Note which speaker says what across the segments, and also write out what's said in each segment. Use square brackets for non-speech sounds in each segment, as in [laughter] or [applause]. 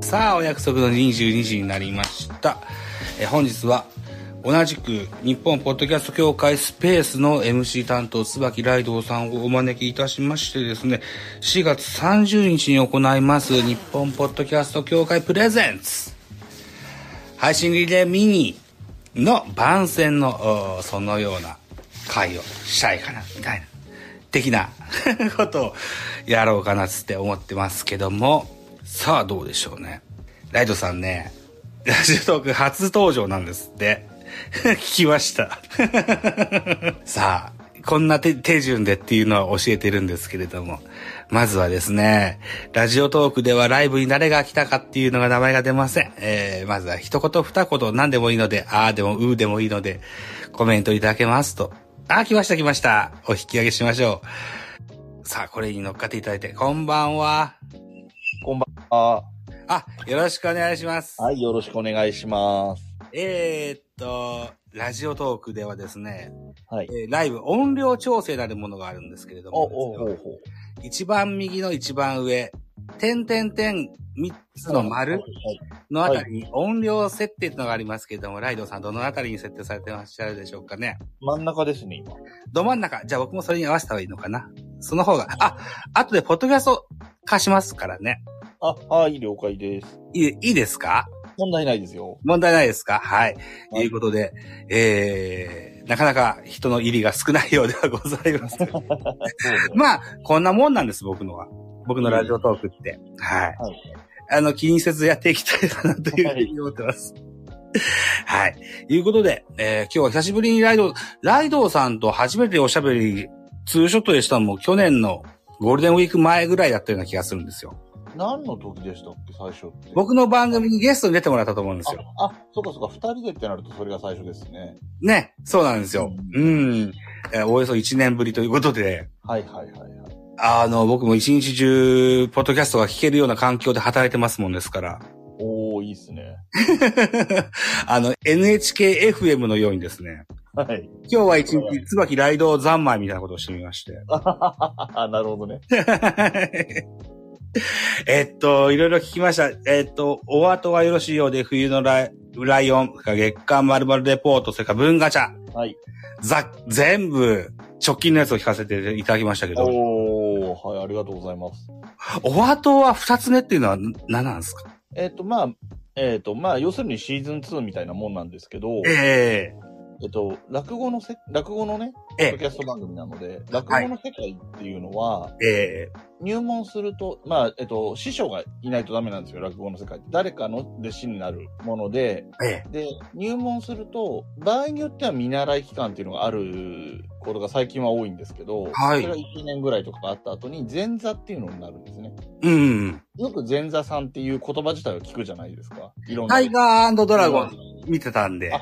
Speaker 1: さあお約束の22時になりましたえ本日は同じく日本ポッドキャスト協会スペースの MC 担当椿ライドウさんをお招きいたしましてですね4月30日に行います日本ポッドキャスト協会プレゼンツ配信リレーミニの番宣のおそのような会をしたいかなみたいな的な [laughs] ことをやろうかなっつって思ってますけどもさあどうでしょうねライドさんねラジオトーク初登場なんですって [laughs] 聞きましたさあこんな手手順でっていうのは教えてるんですけれども。まずはですね、ラジオトークではライブに誰が来たかっていうのが名前が出ません。えー、まずは一言二言何でもいいので、あーでもうーでもいいので、コメントいただけますと。あー来ました来ました。お引き上げしましょう。さあ、これに乗っかっていただいて、こんばんは。
Speaker 2: こんばんは。
Speaker 1: あ、よろしくお願いします。
Speaker 2: はい、よろしくお願いします。
Speaker 1: えー、っと、ラジオトークではですね、
Speaker 2: はい。
Speaker 1: えーライブ音量調整なるものがあるんですけれど
Speaker 2: お
Speaker 1: も、
Speaker 2: おおお。
Speaker 1: 一番右の一番上、点点点3つの
Speaker 2: はい
Speaker 1: 丸のあたりに音量設定というのがありますけれども、ライドさんどのあたりに設定されてらっしゃるでしょうかね。
Speaker 2: 真ん中ですね、今。
Speaker 1: ど真ん中、じゃあ僕もそれに合わせた方がいいのかな。その方が、あ、あとでポッドキャスト貸しますからね。
Speaker 2: あ、はい、了解です。
Speaker 1: いいいいですか
Speaker 2: 問題ないですよ。
Speaker 1: 問題ないですかはい。と
Speaker 2: はい
Speaker 1: いうことで、えー、なかなか人の入りが少ないようではござい
Speaker 2: [laughs]
Speaker 1: ますけど。
Speaker 2: あ、
Speaker 1: まあ、こんなもんなんです、僕のは。僕のラジオトークって。はい。
Speaker 2: はい
Speaker 1: あの、気にせずやっていきたいなというふうに思ってます。はい。いうことで、えー今日は久しぶりにライド、ライドさんと初めておしゃべり、ツーショットでしたのも去年のゴールデンウィーク前ぐらいだったような気がするんですよ。
Speaker 2: 何の時でしたっけ、最初って。
Speaker 1: 僕の番組にゲストに出てもらったと思うんですよ。
Speaker 2: あ、あ、そうかそうか、二人でってなるとそれが最初ですね。
Speaker 1: ね、そうなんですよ。うん。えーおよそ1年ぶりということで、
Speaker 2: はいはいはいはい。
Speaker 1: あの、僕も一日中、ポッドキャストが聞けるような環境で働いてますもんですから。 [laughs]
Speaker 2: おおいいっすね。
Speaker 1: あの、NHKFM のようにですね、
Speaker 2: はい。 [laughs]
Speaker 1: 今日は一日、椿ライド三昧みたいなことをしてみまして。 [laughs]
Speaker 2: あ、なるほどね。
Speaker 1: えっと、いろいろ聞きました。えっと、お後がよろしいようで、冬のライライオン、それから月刊〇〇レポート、それから文ガチャ、
Speaker 2: はい。
Speaker 1: ざ、全部、直近のやつを聞かせていただきましたけど、
Speaker 2: おおはい、ありがとうございます。
Speaker 1: お後は二つ目っていうのは何なんですか
Speaker 2: えっ、と、まあ、えっ、と、まあ、要するにシーズン2みたいなもんなんですけど、
Speaker 1: え
Speaker 2: えっと、落語のせ、落語のね、
Speaker 1: ええ
Speaker 2: ポッドキャスト番組なので、落語の世界っていうのは、
Speaker 1: ええ
Speaker 2: 入門すると、まあ、えっと、師匠がいないとダメなんですよ、落語の世界って。誰かの弟子になるもので、
Speaker 1: ええ
Speaker 2: で、入門すると、場合によっては見習い期間っていうのがあることが最近は多いんですけど、
Speaker 1: はい
Speaker 2: それが1年ぐらいとかあった後に、前座っていうのになるんですね。
Speaker 1: えうん。
Speaker 2: よく前座さんっていう言葉自体を聞くじゃないですか。いろんな。
Speaker 1: タイガードラゴン見てたんで、
Speaker 2: あ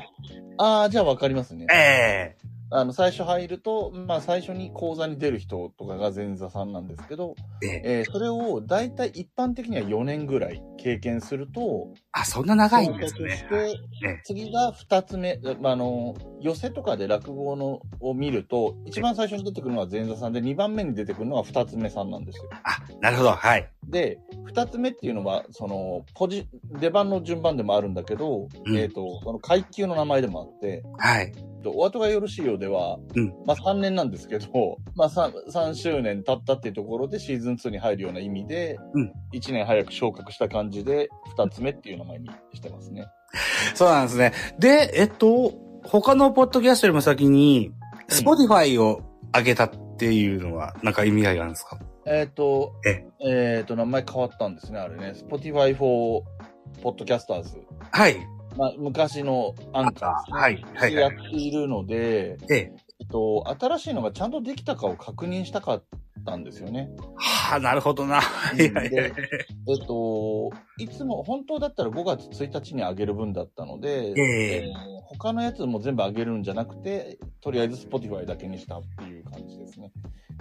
Speaker 2: ああ、じゃあわかりますね。
Speaker 1: ええ
Speaker 2: あの、最初入ると、まあ最初に講座に出る人とかが前座さんなんですけど、
Speaker 1: ええ
Speaker 2: えーそれを大体一般的には4年ぐらい経験すると、
Speaker 1: あ、そんな長いんですね
Speaker 2: 到。達して
Speaker 1: ね
Speaker 2: 次が2つ目、まあ、あの、寄せとかで落語のを見ると、一番最初に出てくるのは前座さんで、2番目に出てくるのは2つ目さんなんですよ。
Speaker 1: あ、なるほど、はい。
Speaker 2: で、2つ目っていうのは、その、ポジ、出番の順番でもあるんだけど、
Speaker 1: うん
Speaker 2: えっ、と、その階級の名前でもあって、
Speaker 1: はい。
Speaker 2: とお後がよろしいようでは、
Speaker 1: うん
Speaker 2: まあ3年なんですけど、まあ 3, 3周年経ったっていうところでシーズン2に入るような意味で、
Speaker 1: うん
Speaker 2: 1年早く昇格した感じで、2つ目っていう名前にしてますね。
Speaker 1: そうなんですね。で、えっと、他のポッドキャストよりも先に、
Speaker 2: うん
Speaker 1: Spotify を上げたっていうのは、なんか意味合いがあるんですか
Speaker 2: えっ、と、
Speaker 1: え
Speaker 2: えっ、と、名前変わったんですね、あれね。Spotify for Podcasters。
Speaker 1: はい。
Speaker 2: まあ、昔のアンカー
Speaker 1: はい
Speaker 2: ですね。
Speaker 1: はい
Speaker 2: や
Speaker 1: は
Speaker 2: っ
Speaker 1: い。
Speaker 2: ているので、
Speaker 1: ええ。
Speaker 2: えっと、新しいのがちゃんとできたかを確認したかったんですよね。
Speaker 1: はあ、なるほどな。はい
Speaker 2: で
Speaker 1: は、いはい。
Speaker 2: えっと、いつも本当だったら5月1日に上げる分だったので、
Speaker 1: ええ
Speaker 2: ー他のやつも全部上げるんじゃなくて、とりあえず Spotify だけにしたっていう感じですね。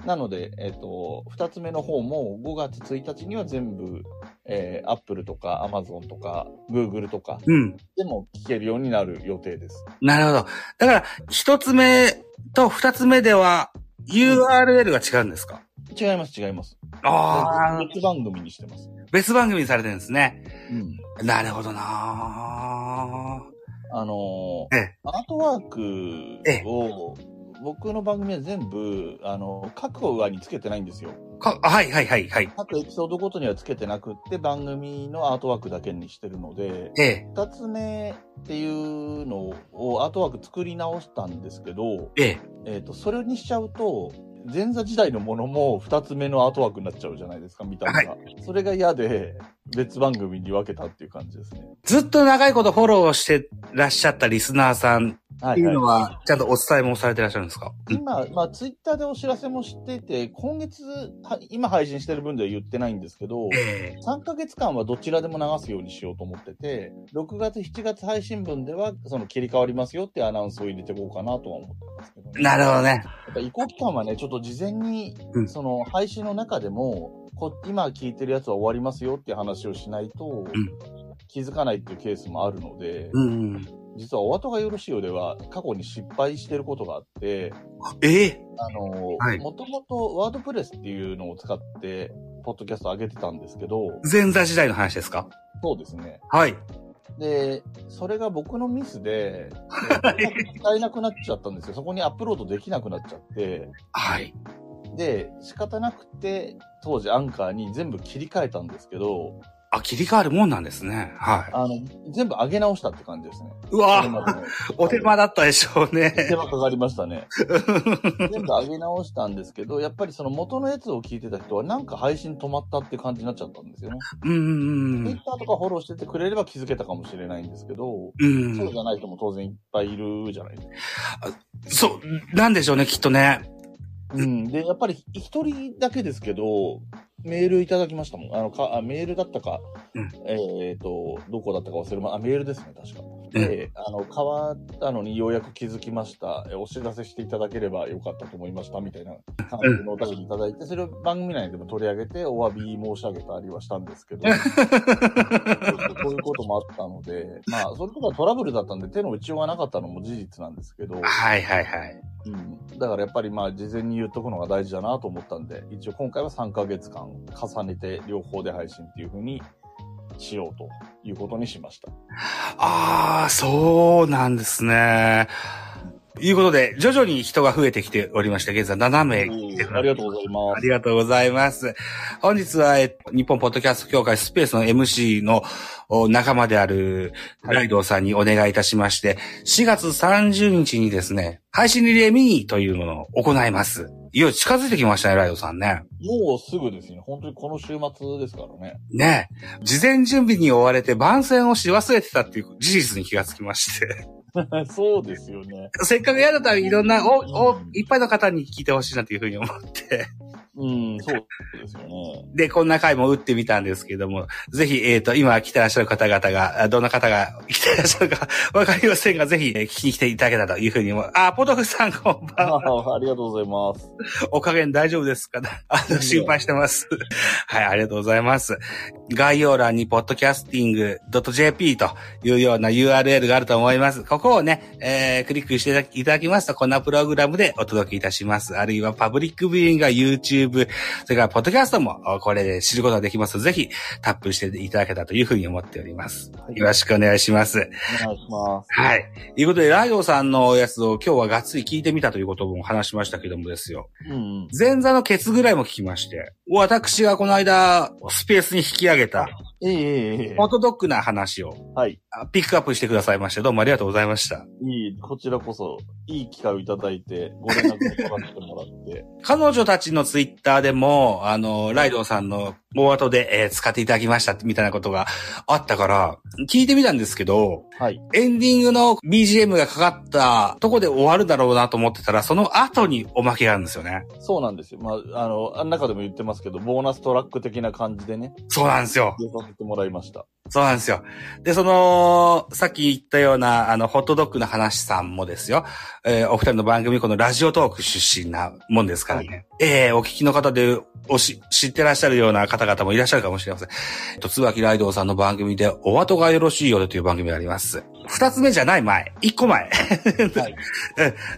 Speaker 2: なので、えっと、2つ目の方も5月1日には全部、えー、Apple とか Amazon とか Google とか
Speaker 1: うん。
Speaker 2: でも聞けるようになる予定です。
Speaker 1: なるほど。だから、一つ目と二つ目では、URL が違うんですか
Speaker 2: 違います、違います。
Speaker 1: ああ、
Speaker 2: 別番組にしてます。
Speaker 1: 別番組にされてるんですね。
Speaker 2: うん。
Speaker 1: なるほどな
Speaker 2: あの
Speaker 1: ええ
Speaker 2: アートワー
Speaker 1: ええ
Speaker 2: クを、僕の番組は全部、あの、各話につけてないんですよ。
Speaker 1: か、あはいはいはいはい。
Speaker 2: 各エピソードごとにはつけてなくって、番組のアートワークだけにしてるので、
Speaker 1: ええ、
Speaker 2: 二つ目っていうのをアートワーク作り直したんですけど、
Speaker 1: ええ。
Speaker 2: えっ、と、それにしちゃうと、前座時代のものも二つ目のアートワークになっちゃうじゃないですか、見た目が。それが嫌で、別番組に分けたっていう感じですね。
Speaker 1: ずっと長いことフォローしてらっしゃったリスナーさんっ
Speaker 2: は
Speaker 1: て
Speaker 2: い、
Speaker 1: いう
Speaker 2: はい
Speaker 1: の。は、ちゃんとお伝えもされてらっしゃるんですかうん
Speaker 2: 今、まあ、ツイッターでお知らせもしてて、今月、は今配信してる分では言ってないんですけど、
Speaker 1: え
Speaker 2: 3ヶ月間はどちらでも流すようにしようと思ってて、6月、7月配信分では、その切り替わりますよってアナウンスを入れていこうかなとは思ってますけど、
Speaker 1: え。なるほどね。
Speaker 2: やっぱ移行期間はね、ちょっと事前に
Speaker 1: う、ん
Speaker 2: その配信の中でも、こ今聞いてるやつは終わりますよっていう話をしないと、
Speaker 1: うん
Speaker 2: 気づかないっていうケースもあるので、
Speaker 1: うん。
Speaker 2: 実はお後がよろしいようでは、過去に失敗してることがあって、
Speaker 1: ええ。
Speaker 2: あの、
Speaker 1: はい
Speaker 2: もともとワードプレスっていうのを使って、ポッドキャスト上げてたんですけど、
Speaker 1: 前座時代の話ですか
Speaker 2: そうですね。
Speaker 1: はい。
Speaker 2: で、それが僕のミスで、使えなくなっちゃったんですよ。そこにアップロードできなくなっちゃって、
Speaker 1: はい。
Speaker 2: で、仕方なくて、当時アンカーに全部切り替えたんですけど、
Speaker 1: あ、切り替わるもんなんですね。は
Speaker 2: あの、全部上げ直したって感じですね。
Speaker 1: い。う
Speaker 2: それま
Speaker 1: わ
Speaker 2: での
Speaker 1: お手間だったでしょう [laughs]
Speaker 2: 手
Speaker 1: ね。
Speaker 2: 間かかりましたね。全部上げ直したんですけど、やっぱりその元のやつを聞いてた人はなんか配信止まったって感じになっちゃったんですよね。
Speaker 1: うんうんう
Speaker 2: Twitter
Speaker 1: ん。
Speaker 2: とかフォローしててくれれば気づけたかもしれないんですけど、
Speaker 1: う
Speaker 2: そうんじ。ゃない人も当然いっぱいいるじゃないですか。
Speaker 1: そう、なんでしょうね、きっとね。 [laughs]
Speaker 2: うん。で、やっぱり一人だけですけど、メールいただきましたもん。あの、かあメールだったか、
Speaker 1: うん
Speaker 2: えっ、と、どこだったか忘れま、あ、メールですね、確か。
Speaker 1: うん
Speaker 2: で、あの、変わったのにようやく気づきました。えお知らせしていただければよかったと思いました、みたいな感じのお便りいただいて、それを番組内でも取り上げて、お詫び申し上げたりはしたんで
Speaker 1: [laughs]
Speaker 2: すけど、こういうこともあったので、 [laughs] まあ、それとかトラブルだったんで、手の打ちようがなかったのも事実なんですけど、
Speaker 1: はいはいはい。
Speaker 2: うん、だからやっぱりまあ事前に言っとくのが大事だなと思ったんで、一応今回は3ヶ月間重ねて両方で配信っていう風にしようということにしました。
Speaker 1: ああ、そうなんですね。いうことで、徐々に人が増えてきておりまして、現在7名来てくださって
Speaker 2: ありがとうございま
Speaker 1: あ
Speaker 2: す。
Speaker 1: りがとうございます。本日は、えっと日本ポッドキャスト協会スペースの MC のお仲間であるライドウさんにお願いいたしまして、4月30日にですね、配信リレーミニというものを行います。いよいよ近づいてきましたね、ライドウさんね。
Speaker 2: もうすぐですね。本当にこの週末ですからね。
Speaker 1: ねえ事前準備に追われて番宣をし忘れてたっていう事実に気がつきまして。
Speaker 2: [laughs]
Speaker 1: [laughs]
Speaker 2: そうですよね。
Speaker 1: せっかくやだったらいろんな、お、お、いっぱいの方に聞いてほしいなというふうに思って。
Speaker 2: うん、そうですよね。
Speaker 1: で、こんな回も打ってみたんですけども、ぜひ、えっ、と、今来てらっしゃる方々が、あどんな方が [laughs] 来てらっしゃるかわかりませんが、ぜひ、えー聞きに来ていただけたらというふうに思う。あ、ポトフさんこんばんは。
Speaker 2: [laughs] あありがとうございます。
Speaker 1: お加減大丈夫ですか [laughs] あの、心配してます。はい、ありがとうございます。概要欄に podcasting.jp というような URL があると思います。ここをね、えークリックしていただきいただきますと、こんなプログラムでお届けいたします。あるいはパブリックビューイングが YouTube、それからポッドキャストもおこれで知ることができますので。ぜひタップしていただけたらというふうに思っております。
Speaker 2: はい
Speaker 1: よろしくお願いします。
Speaker 2: お願いします。
Speaker 1: はい。ということで、ライオさんのやつを今日はがっつり聞いてみたということも話しましたけどもですよ。
Speaker 2: うん。
Speaker 1: 前座のケツぐらいも聞きまして、私がこの間、スペースに引き上げた、
Speaker 2: ええええええ
Speaker 1: ホットドッグな話を
Speaker 2: はい。
Speaker 1: あピックアップしてくださいまして、どうもありがとうございました。
Speaker 2: いい、こちらこそ、いい機会をいただいて、ご連絡を取らせてもらって。
Speaker 1: 彼女たちのツイッターでも、あの、ライドウさんの大後で、えー使っていただきました、みたいなことがあったから、聞いてみたんですけど、
Speaker 2: [laughs] はい。
Speaker 1: エンディングの BGM がかかったとこで終わるだろうなと思ってたら、その後におまけがあるんですよね。
Speaker 2: そうなんですよ。まあ、あの、あの中でも言ってますけど、ボーナストラック的な感じでね、
Speaker 1: そうなんですよ。
Speaker 2: 入れさせてもらいました。
Speaker 1: そうなんですよ。で、その、さっき言ったような、あの、ホットドッグの話さんもですよ。えーお二人の番組、このラジオトーク出身なもんですからね。えーお聞きの方で、おし、知ってらっしゃるような方々もいらっしゃるかもしれません。えっと、つばきライドウさんの番組で、お後がよろしいようでという番組があります。二つ目じゃない前。一個前。[laughs]
Speaker 2: [laughs] はい。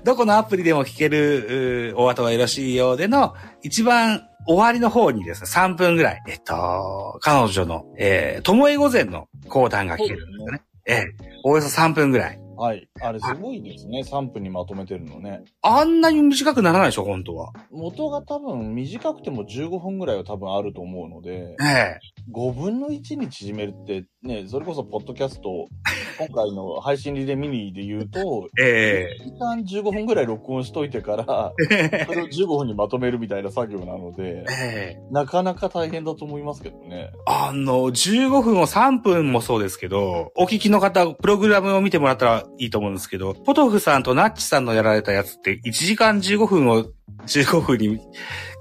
Speaker 1: どこのアプリでも聞ける、うーお後がよろしいようでの、一番終わりの方にですね、3分ぐらい、えっと、彼女の、えー、ともえ御前の講談が聞けるんですよね。ええ、およそ3分ぐらい。
Speaker 2: はい。あれすごいですね。3分にまとめてるのね。
Speaker 1: あんなに短くならないでしょ、本当は。
Speaker 2: 元が多分短くても15分ぐらいは多分あると思うので、
Speaker 1: ええ、
Speaker 2: 5分の1に縮めるって、ね、それこそポッドキャスト、今回の配信リレーミニで言うと、
Speaker 1: え
Speaker 2: 一旦15分ぐらい録音しとい
Speaker 1: [laughs]
Speaker 2: てから、それを15分にまとめるみたいな作業なの
Speaker 1: え、、
Speaker 2: で
Speaker 1: ええ。
Speaker 2: なかなか大変だと思いますけどね。
Speaker 1: あの、15分を3分もそうですけど、お聞きの方、プログラムを見てもらったらいいと思うんですけど、ポトフさんとナッチさんのやられたやつって、1時間15分を15分に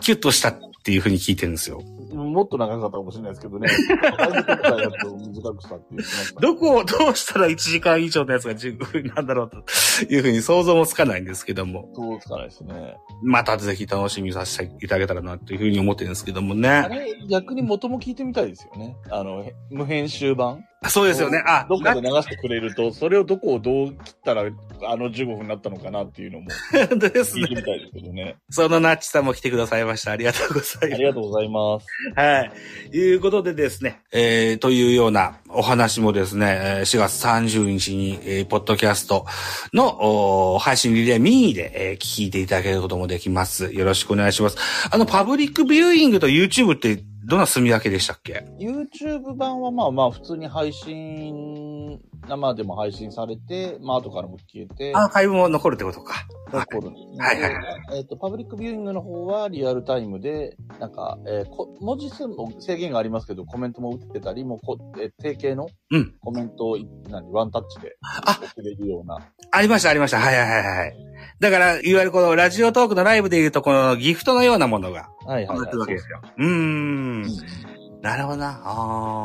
Speaker 1: キュッとしたっていうふうに聞いてるんですよ。
Speaker 2: もっと長かったかもしれないですけどね。だいぶ今回やっと短くしたって言ってました。
Speaker 1: どこをどうしたら1時間以上のやつが15分なんだろうというふうに想像もつかないんですけども、
Speaker 2: そうつかないですね。
Speaker 1: またぜひ楽しみにさせていただけたらなというふうに思ってるんですけどもね
Speaker 2: あ。れ、逆に元も聞いてみたいですよね。あの、へ無編集版
Speaker 1: そうですよね。あ、
Speaker 2: どっかで流してくれると、それをどこをどう切ったら、あの15分になったのかなっていうのも
Speaker 1: なんでです
Speaker 2: 聞いて
Speaker 1: ね。
Speaker 2: みたいですけどね。
Speaker 1: そのナッチさんも来てくださいました。ありがとうございま
Speaker 2: あ
Speaker 1: す
Speaker 2: り。がとうございます。
Speaker 1: はい。いうことでですね、えー、というようなお話もですね、えー4月30日に、えーポッドキャストのおー配信リレーミーで、えー聞いていただけることもできます。よろしくお願いします。あの、パブリックビューイングと YouTube ってどんな住み分けでしたっけ
Speaker 2: YouTube 版はまあまあ普通に配信、生でも配信されて、まあ後からも消えて、
Speaker 1: アーカイブも残るってことか。
Speaker 2: 残るんですね。
Speaker 1: はいはいは
Speaker 2: でえっ、と、パブリックビューイングの方はリアルタイムで、なんか、えーこ文字数も制限がありますけど、コメントも打ってたり、もうこ、えー定型の
Speaker 1: うん
Speaker 2: コメントを、何、ワンタッチで
Speaker 1: あ
Speaker 2: 送れるような。
Speaker 1: ありました、ありました。はいはいはいはい。だから、いわゆるこのラジオトークのライブでいうと、このギフトのようなものが、
Speaker 2: はいはい、
Speaker 1: 当た
Speaker 2: はい。
Speaker 1: ってるわけですよ。うー
Speaker 2: うんん。
Speaker 1: なるほどな。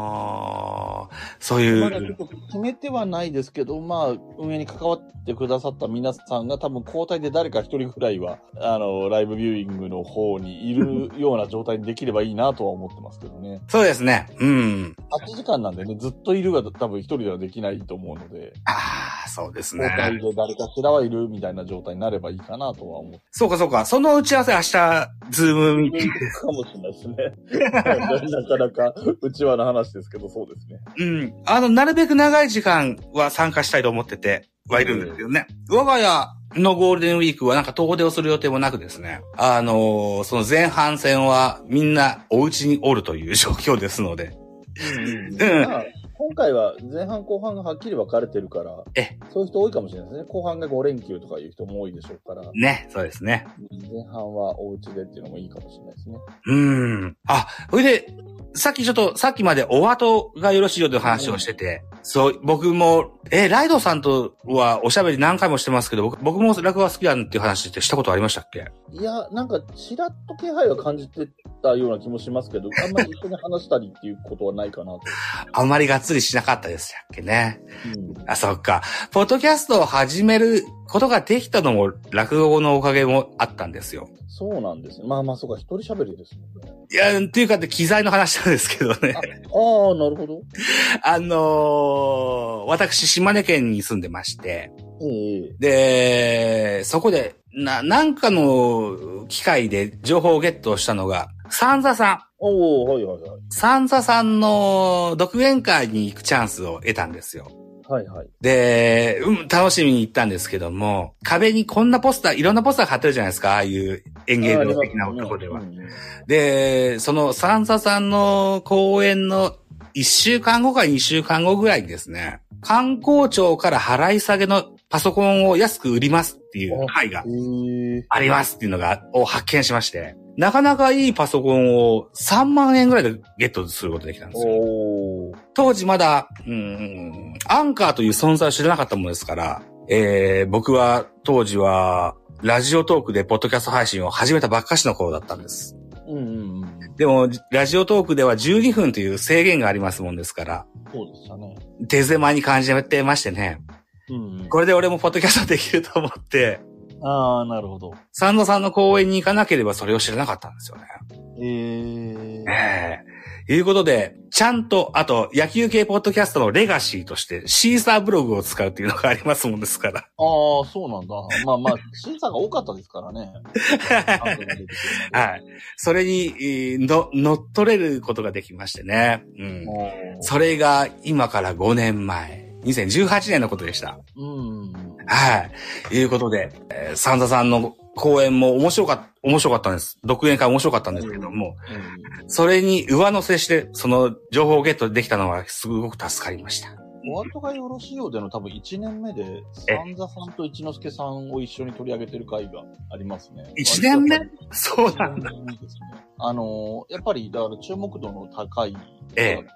Speaker 1: あーそういう。
Speaker 2: まだちょっと決めてはないですけど、まあ、運営に関わってくださった皆さんが多分交代で誰か一人ぐらいは、あの、ライブビューイングの方にいるような状態にできればいいなとは思ってますけどね。
Speaker 1: そうですね。うん。
Speaker 2: 8時間なんでね、ずっといるが多分一人ではできないと思うので、
Speaker 1: ああ、そうです
Speaker 2: 交代
Speaker 1: ね。
Speaker 2: で誰かしらはいるみたいな状態になればいいかなとは思って。
Speaker 1: そうかそうか。その打ち合わせ明日、ズーム見て。
Speaker 2: かもしれないで
Speaker 1: [laughs]
Speaker 2: すね。なかなか、うちわの話ですけど、そうですね。
Speaker 1: うん。あの、なるべく長い時間は参加したいと思ってて、はいるんですけどね。我が家のゴールデンウィークはなんか遠出をする予定もなくですね。あのーその前半戦はみんなお家におるという状況ですので。うん
Speaker 2: まあ今回は前半後半がはっきり分かれてるから
Speaker 1: え、
Speaker 2: そういう人多いかもしれないですね。後半が5連休とかいう人も多いでしょうから、
Speaker 1: ね、そうですね。
Speaker 2: 前半はお家でっていうのもいいかもしれないですね。
Speaker 1: うん。あ、それで、さっきちょっと、さっきまでお後がよろしいよという話をしてて、そう、僕も、え、ライドさんとはおしゃべり何回もしてますけど、僕僕も落語が好きだっていう話ってしたことありましたっけ
Speaker 2: いや、なんか、ちらっと気配は感じてたような気もしますけど、あんまり一緒に話したりっていうことはないかなと。
Speaker 1: あんまりがっつりしなかったですっけね。
Speaker 2: うん
Speaker 1: あ、そっか。ポッドキャストを始めることができたのも落語のおかげもあったんですよ。
Speaker 2: そうなんですね。まあまあ、そうか、一人喋りですもんね。
Speaker 1: いや、っていうか、機材の話なんですけどね
Speaker 2: あ。ああ、なるほど。
Speaker 1: あのー私、島根県に住んでまして、
Speaker 2: ええ
Speaker 1: で、そこで、な、なんかの機会で情報をゲットしたのが、三座さん。
Speaker 2: おおはいはいはい。
Speaker 1: 三座さんの独演会に行くチャンスを得たんですよ。
Speaker 2: はいはい。
Speaker 1: で、うん、楽しみに行ったんですけども、壁にこんなポスター、いろんなポスター貼ってるじゃないですか、ああいう演芸
Speaker 2: あり
Speaker 1: 能
Speaker 2: ます
Speaker 1: 的なところでは
Speaker 2: う。んうん
Speaker 1: で、その三座さんの公演の1週間後か2週間後ぐらいにですね、観光庁から払い下げのパソコンを安く売りますっていう会が
Speaker 2: ええ
Speaker 1: ありますっていうのが、を発見しまして、なかなかいいパソコンを3万円ぐらいでゲットすることができたんですよ。
Speaker 2: おお
Speaker 1: 当時まだ、うーん、アンカーという存在を知らなかったものですから、えー、僕は当時は、ラジオトークでポッドキャスト配信を始めたばっかしの頃だったんです。
Speaker 2: うんうんうん。
Speaker 1: でも、ラジオトークでは12分という制限がありますもんですから、
Speaker 2: そうでしたね。
Speaker 1: 手狭に感じてましてね、
Speaker 2: うんうん。
Speaker 1: これで俺もポッドキャストできると思って、
Speaker 2: ああ、なるほど。
Speaker 1: サンドさんの公演に行かなければそれを知らなかったんですよね。
Speaker 2: ええ
Speaker 1: ええいうことで、ちゃんと、あと、野球系ポッドキャストのレガシーとして、シーサーブログを使うっていうのがありますもんですから。
Speaker 2: ああ、そうなんだ。まあまあ、 [laughs] 審査が多かったですからね。
Speaker 1: [laughs] はい。それに、えーの、乗っ取れることができましてね。うん。
Speaker 2: も
Speaker 1: それが、今から5年前、2018年のことでした。
Speaker 2: う、うん。
Speaker 1: はい。いうことで、えー、サンザさんの講演も面白かった、面白かったんです。独演会面白かったんですけども、それに上乗せして、その情報をゲットできたのはすごく助かりました。
Speaker 2: お後がよろしいようでの多分1年目で、三座さんと一之輔さんを一緒に取り上げてる回がありますね。
Speaker 1: 一年目そうなんだ。
Speaker 2: いいですね。あのーやっぱり、だから注目度の高い
Speaker 1: ええ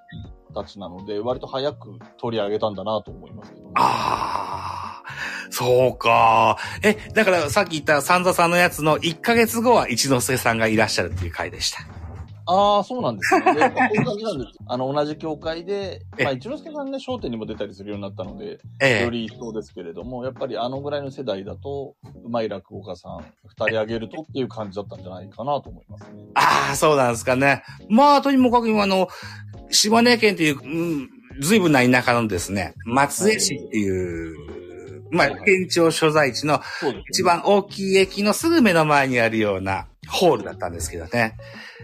Speaker 2: 人たちなので、割と早く取り上げたんだなと思いますけど、ね。
Speaker 1: ああ、そうか。え、だからさっき言った三座さんのやつの1ヶ月後は一之輔さんがいらっしゃるっていう回でした。
Speaker 2: ああ、そうなんです [laughs] ね。でやっぱこういう感じなんです。あの、同じ協会で、まあ、一之輔さんね、商店にも出たりするようになったので、
Speaker 1: え
Speaker 2: よりそうですけれども、やっぱりあのぐらいの世代だと、うまい落語家さん、二人あげるとっていう感じだったんじゃないかなと思いますね。
Speaker 1: えああ、そうなんですかね。まあ、とにもかくにもあの、島根県という、うん、随分な田舎のですね、松江市っていう、まあ、
Speaker 2: はいはい
Speaker 1: 県庁所在地の
Speaker 2: そうです、ね。
Speaker 1: 一。番大きい駅のすぐ目の前にあるようなホールだったんですけどね。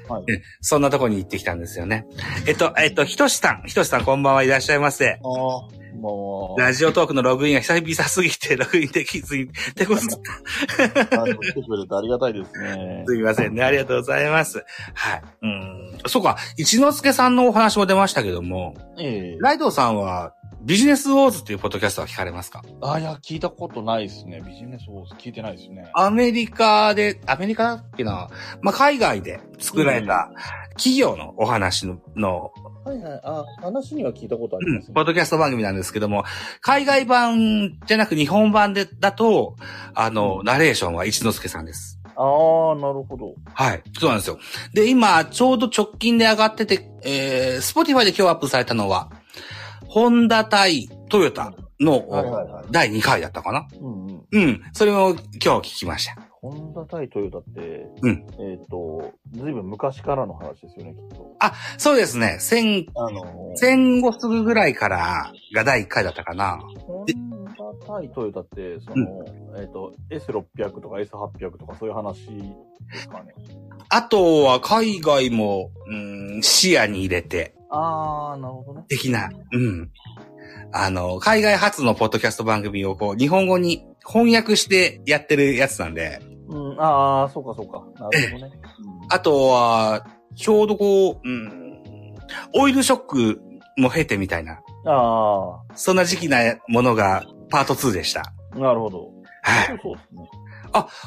Speaker 2: はい。
Speaker 1: そんなとこに行ってきたんですよね。えっと、えっと、ひとしさん、ひとしさんこんばんはいらっしゃいませ。
Speaker 2: ああ、こんばんは。
Speaker 1: ラジオトークのログインが久々すぎてログインできずに、手こずった。
Speaker 2: あの来てくれてありがたいですね。
Speaker 1: すみませんね。ありがとうございます。はい。うん。そうか、一之輔さんのお話も出ましたけども、
Speaker 2: [laughs] ええ
Speaker 1: ライドさんはビジネスウォーズっていうポッドキャストは聞かれますか
Speaker 2: ああ、いや、聞いたことないですね。ビジネスウォーズ聞いてないですね。
Speaker 1: アメリカで、アメリカだっけなまあ、海外で作られた企業のお話の、の
Speaker 2: はいはい。あ、話には聞いたことあり
Speaker 1: う
Speaker 2: ま
Speaker 1: ん
Speaker 2: す、ね。
Speaker 1: ポッドキャスト番組なんですけども、海外版じゃなく日本版で、だと、あの、ナレーションは一之輔さんです。
Speaker 2: ああ、なるほど。
Speaker 1: はい。そうなんですよ。で、今、ちょうど直近で上がってて、えー、Spotify で今日アップされたのは、ホンダ対トヨタの、
Speaker 2: はいはいはい
Speaker 1: 第2回だったかな
Speaker 2: うんうん。
Speaker 1: うん。それを今日聞きました。
Speaker 2: ホンダ対トヨタって、
Speaker 1: うん
Speaker 2: えっ、と、ずいぶん昔からの話ですよね、きっと。
Speaker 1: そうですね。戦、
Speaker 2: あの
Speaker 1: 戦後すぐぐらいからが第1回だったかな。
Speaker 2: ホンダ対トヨタって、その、えっ、と、S600 とか S800 とかそういう話ですかね。
Speaker 1: あとは海外も、うん、視野に入れて、
Speaker 2: あー、なるほどね。
Speaker 1: 的な、うん。あの、海外発のポッドキャスト番組をこう、日本語に翻訳してやってるやつなんで、
Speaker 2: うん、あー、そうかそうか。なるほど [laughs] ね。
Speaker 1: あとは、ちょうどこう、うん、オイルショックも経てみたいな、
Speaker 2: うん、あ
Speaker 1: そんな時期なものがパート2でした。
Speaker 2: ー、なるほど。
Speaker 1: はい。
Speaker 2: そうですね。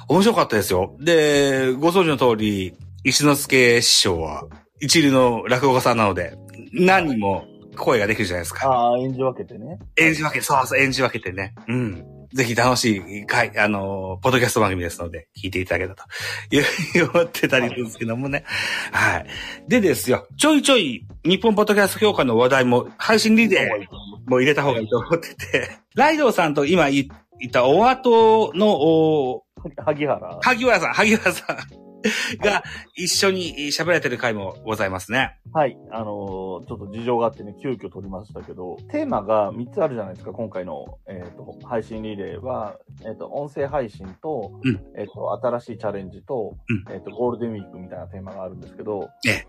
Speaker 1: 面白かったですよ。で、ご存知の通り、一之輔師匠は一流の落語家さんなので、何人も声ができるじゃないですか。
Speaker 2: あー、演じ分けてね。
Speaker 1: 演じ分け、そうそう、演じ分けてね。うん。ぜひ楽しい回、あのーポッドキャスト番組ですので、聞いていただけたと、 [laughs] いう、思ってたりするんですけどもね。はい。でですよ、ちょいちょい、日本ポッドキャスト協会の話題も、配信リレーも入れた方がいいと思ってて、 [laughs] ライドウさんと今言った、お後の、お
Speaker 2: 萩原。
Speaker 1: 萩原さん、萩原さん [laughs] が一緒に喋られてる回もございますね。
Speaker 2: はい。あのーちょっと事情があってね、急遽撮りましたけど、テーマが3つあるじゃないですか、今回の、えっ、と、配信リレーは、えっ、と、音声配信と、
Speaker 1: うん
Speaker 2: えっ、と、新しいチャレンジと、
Speaker 1: う
Speaker 2: えっ、と、ゴールデンウィークみたいなテーマがあるんですけど、
Speaker 1: ええ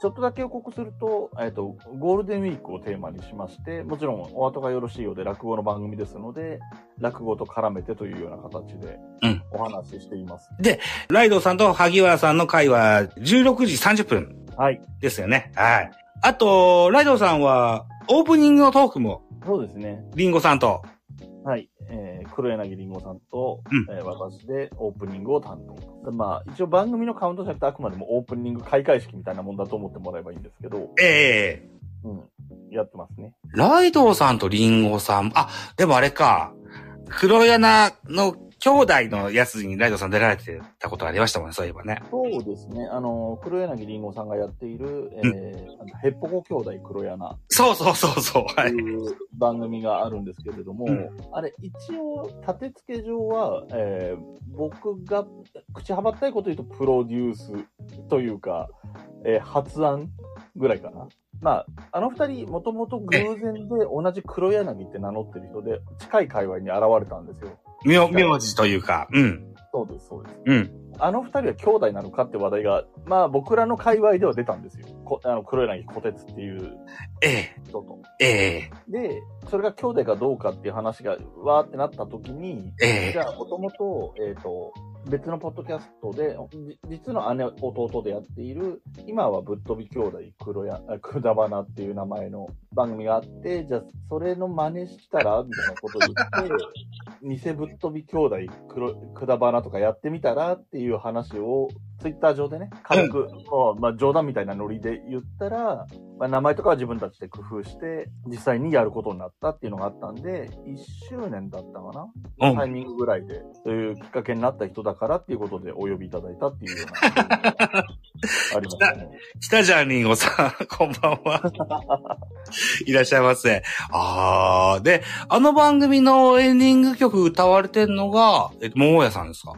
Speaker 2: ちょっとだけ予告すると、えっ、と、ゴールデンウィークをテーマにしまして、もちろん、お後がよろしいようで落語の番組ですので、落語と絡めてというような形で
Speaker 1: うん、
Speaker 2: お話ししています。
Speaker 1: ライドウさんと萩原さんの回は、16時30分
Speaker 2: はい。
Speaker 1: ですよね。はい。あと、ライドさんは、オープニングのトークも、
Speaker 2: そうですね。
Speaker 1: リンゴさんと。
Speaker 2: はい、えー、黒柳りんごさんと、
Speaker 1: うん
Speaker 2: えー私でオープニングを担当。まあ、一応番組のカウントじゃなくて、あくまでもオープニング開会式みたいなもんだと思ってもらえばいいんですけど、
Speaker 1: ええ
Speaker 2: うん、やってますね。
Speaker 1: ライドさんとリンゴさん、あ、でもあれか、黒柳の兄弟のやつにライドさん出られてたことありましたもんね、そういえばね。
Speaker 2: そうですね、あの、黒柳りんごさんがやっている、えーヘッポコ兄弟黒柳
Speaker 1: そうそうそうそう。
Speaker 2: と
Speaker 1: はい。
Speaker 2: いう番組があるんですけれども、
Speaker 1: うん
Speaker 2: あれ、一応、立て付け上は、えー僕が口はばったいこと言うと、プロデュースというか、えー発案ぐらいかな。まあ、あの二人、もともと偶然で同じ黒柳って名乗ってる人で、近い界隈に現れたんですよ。
Speaker 1: 名、名字というか、うん。
Speaker 2: そうです、そうです。
Speaker 1: うん。
Speaker 2: あの二人は兄弟なのかって話題が、まあ僕らの界隈では出たんですよ。こあの黒柳小鉄っていう
Speaker 1: ええ、
Speaker 2: 人と。
Speaker 1: ええ、
Speaker 2: で、それが兄弟かどうかっていう話が、わーってなった時に、
Speaker 1: ええ、
Speaker 2: じゃあ、もともと、えっ、と、別のポッドキャストで、じ実の姉、弟でやっている、今はぶっ飛び兄弟、黒や、 [laughs] あくだばなっていう名前の番組があって、じゃあ、それの真似したらみたいなこと言って、偽ぶっ飛び兄弟、黒くだばなとかやってみたらっていう話を、ツイッター上でね、軽く、まあまあ、冗談みたいなノリで言ったら、まあ、名前とかは自分たちで工夫して、実際にやることになったっていうのがあったんで、1周年だったかな
Speaker 1: うん
Speaker 2: タイ。ミングぐらいで、そういうきっかけになった人だからっていうことでお呼びいただいたっていうよ
Speaker 1: [laughs]
Speaker 2: うな。ありましたね。
Speaker 1: 北ジャーニーをさん、こんばんは。 [laughs] いらっしゃいませ。あー。で、あの番組のエンディング曲歌われてんのが、えっと、桃屋さんですか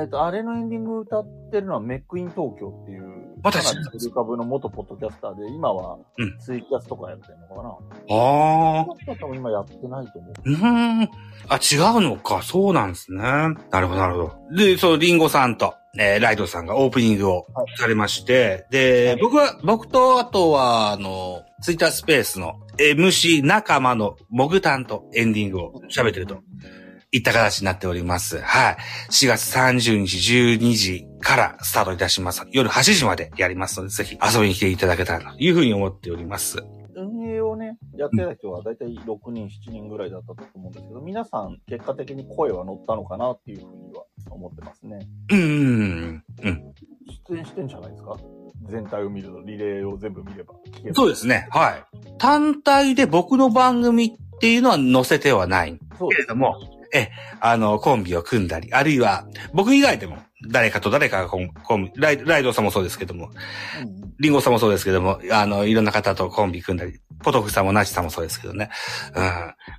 Speaker 2: えっ、と、あれのエンディング歌ってるのはメックイン東京っていう、
Speaker 1: また
Speaker 2: かなりルカブの元ポッドキャスターで、今は
Speaker 1: うん
Speaker 2: ツイキャスとかやってるのかな、
Speaker 1: あー。
Speaker 2: ツイキャスとかも今やってないと思う。
Speaker 1: うーん。あ、違うのか。そうなんですね。なるほど、なるほど。で、そう、リンゴさんと、えーライドさんがオープニングを
Speaker 2: はい
Speaker 1: されまして、で、
Speaker 2: はい
Speaker 1: 僕は、僕と、あとは、あの、ツイッタースペースの MC 仲間のモグタンとエンディングを喋ってると。いった形になっております。はい。4月30日12時からスタートいたします。夜8時までやりますので、ぜひ遊びに来ていただけたらというふうに思っております。
Speaker 2: 運営をね、やってた人は大体6人、7人ぐらいだったと思うんですけど、皆さん結果的に声は乗ったのかなっていうふうには思ってますね。
Speaker 1: うーん。うん。
Speaker 2: 出演してんじゃないですか全体を見ると、リレーを全部見れば聞けば。
Speaker 1: そうですね。はい。単体で僕の番組っていうのは載せてはない。
Speaker 2: そう
Speaker 1: け
Speaker 2: で
Speaker 1: れども、え、あの、コンビを組んだり、あるいは、僕以外でも、誰かと誰かがコンコンビ、ライライドさんもそうですけども、
Speaker 2: す。うんうん
Speaker 1: リンゴさんもそうですけども、あの、いろんな方とコンビ組んだり、ポトフさんもナチさんもそうですけどね。うん。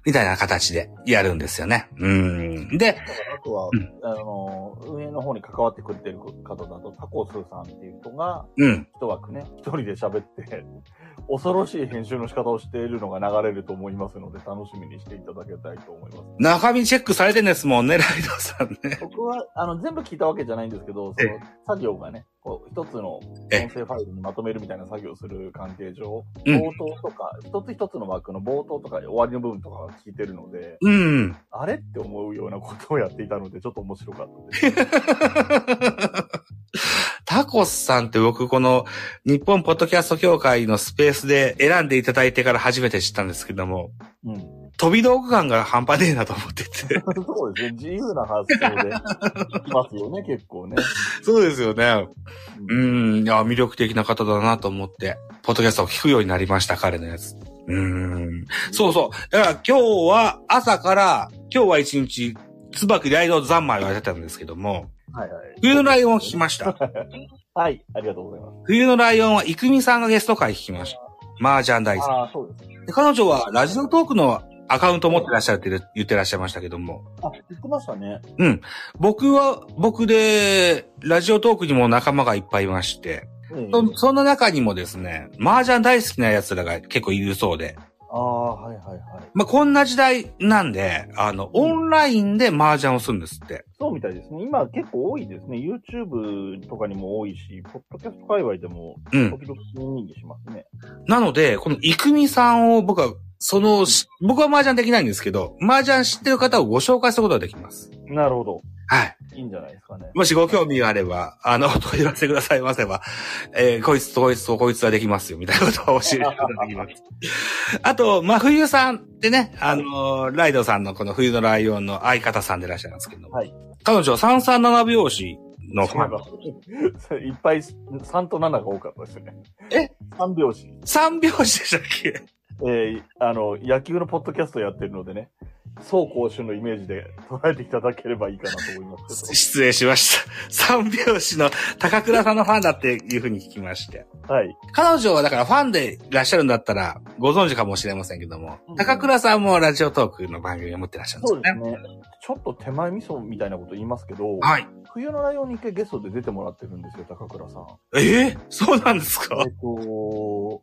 Speaker 1: みたいな形でやるんですよね。うん。で、
Speaker 2: だからあとは、
Speaker 1: うん
Speaker 2: あの、運営の方に関わってくれてる方だと、タコスーさんっていう人が、
Speaker 1: うん。
Speaker 2: 一枠ね、一人で喋って、恐ろしい編集の仕方をしているのが流れると思いますので、楽しみにしていただきたいと思います。
Speaker 1: 中身チェックされてんですもんね、ライドさんね。
Speaker 2: 僕は、あの、全部聞いたわけじゃないんですけど、そ
Speaker 1: え
Speaker 2: の作業がね、こう、一つの音
Speaker 1: え
Speaker 2: 声ファイルにまとめるみたいな作業をする関係上、
Speaker 1: うん
Speaker 2: 冒頭とか、一つ一つの枠の冒頭とか終わりの部分とかは聞いてるので、
Speaker 1: うん。 [laughs]
Speaker 2: あれって思うようなことをやっていたので、ちょっと面白かった
Speaker 1: [laughs]
Speaker 2: です。
Speaker 1: タコスさんって僕この日本ポッドキャスト協会のスペースで選んでいただいてから初めて知ったんですけども、
Speaker 2: うん。
Speaker 1: 飛び道具感が半端ねえなと思ってて。 [laughs]
Speaker 2: そうですね。自由な発想で、います
Speaker 1: [laughs]
Speaker 2: よね、結構ね。
Speaker 1: そうですよね。う
Speaker 2: うん
Speaker 1: ん、いや、魅力的な方だなと思って、ポッドキャストを聞くようになりました、彼のやつ。うん。そうそう。だから今日は朝から、今日は一日、椿ライド三昧をやってたんですけども、
Speaker 2: はいはい。
Speaker 1: 冬のライオンを聞きました。
Speaker 2: はい、ありがとうございま
Speaker 1: 冬のライオンは、イクミさんがゲスト会聞きました。麻雀大
Speaker 2: す。
Speaker 1: 好
Speaker 2: ああ、そうですね。
Speaker 1: き。で彼女はラジオトークのアカウントを持ってらっしゃるって言ってらっしゃいましたけども、
Speaker 2: あ、言ってましたね。
Speaker 1: 僕は僕で、ラジオトークにも仲間がいっぱいいまして、
Speaker 2: ええ
Speaker 1: そそんな中にもですね、麻雀大好きな奴らが結構いるそうで、
Speaker 2: ああ、はいはいはい。
Speaker 1: まあ、こんな時代なんで、あの、オンラインで麻雀をするんですって。
Speaker 2: そうみたいですね。今結構多いですね。YouTube とかにも多いし、ポッドキャスト界隈でも
Speaker 1: うん。
Speaker 2: 時々耳にしますね。
Speaker 1: なので、このイクミさんを僕は、その、し僕は麻雀できないんですけど、麻雀知ってる方をご紹介することができます。
Speaker 2: なるほど。
Speaker 1: はい。
Speaker 2: いいんじゃないですかね。
Speaker 1: もしご興味があれば、あの、お問い合わせくださいませば、えーこいつとこいつとこいつはできますよ、みたいなことを教えることができます。あと、真冬さんってね、あのーライドさんのこの冬のライオンの相方さんでいらっしゃるんですけど、
Speaker 2: はい
Speaker 1: 彼女は337拍子のファン
Speaker 2: そう [laughs] いっぱい3と7が多かったですね。
Speaker 1: え
Speaker 2: ?3 拍子。
Speaker 1: 三拍子でしたっけ
Speaker 2: えーあの、野球のポッドキャストやってるのでね、走攻守のイメージで捉えていただければいいかなと思いますけ
Speaker 1: 失礼しました。三拍子の高倉さんのファンだっていうふうに聞きまして。
Speaker 2: ど。はい。
Speaker 1: 彼女はだからファンでいらっしゃるんだったらご存知かもしれませんけども
Speaker 2: う、ん
Speaker 1: 高倉さんもラジオトークの番組を持ってらっしゃるんです
Speaker 2: そ
Speaker 1: よ
Speaker 2: うで
Speaker 1: ね
Speaker 2: す。ね。ちょっと手前味噌みたいなこと言いますけど、
Speaker 1: はい。
Speaker 2: 冬のライオンに一回ゲストで出てもらってるんですよ、高倉さん。
Speaker 1: ええそうなんですか
Speaker 2: [laughs] えっと、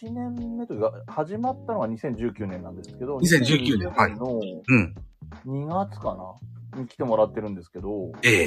Speaker 2: 1年目というか、始まったのが2019年なんですけど、
Speaker 1: 2019年はい
Speaker 2: の
Speaker 1: うん。
Speaker 2: 2月かな、に来てもらってるんですけど、
Speaker 1: ええ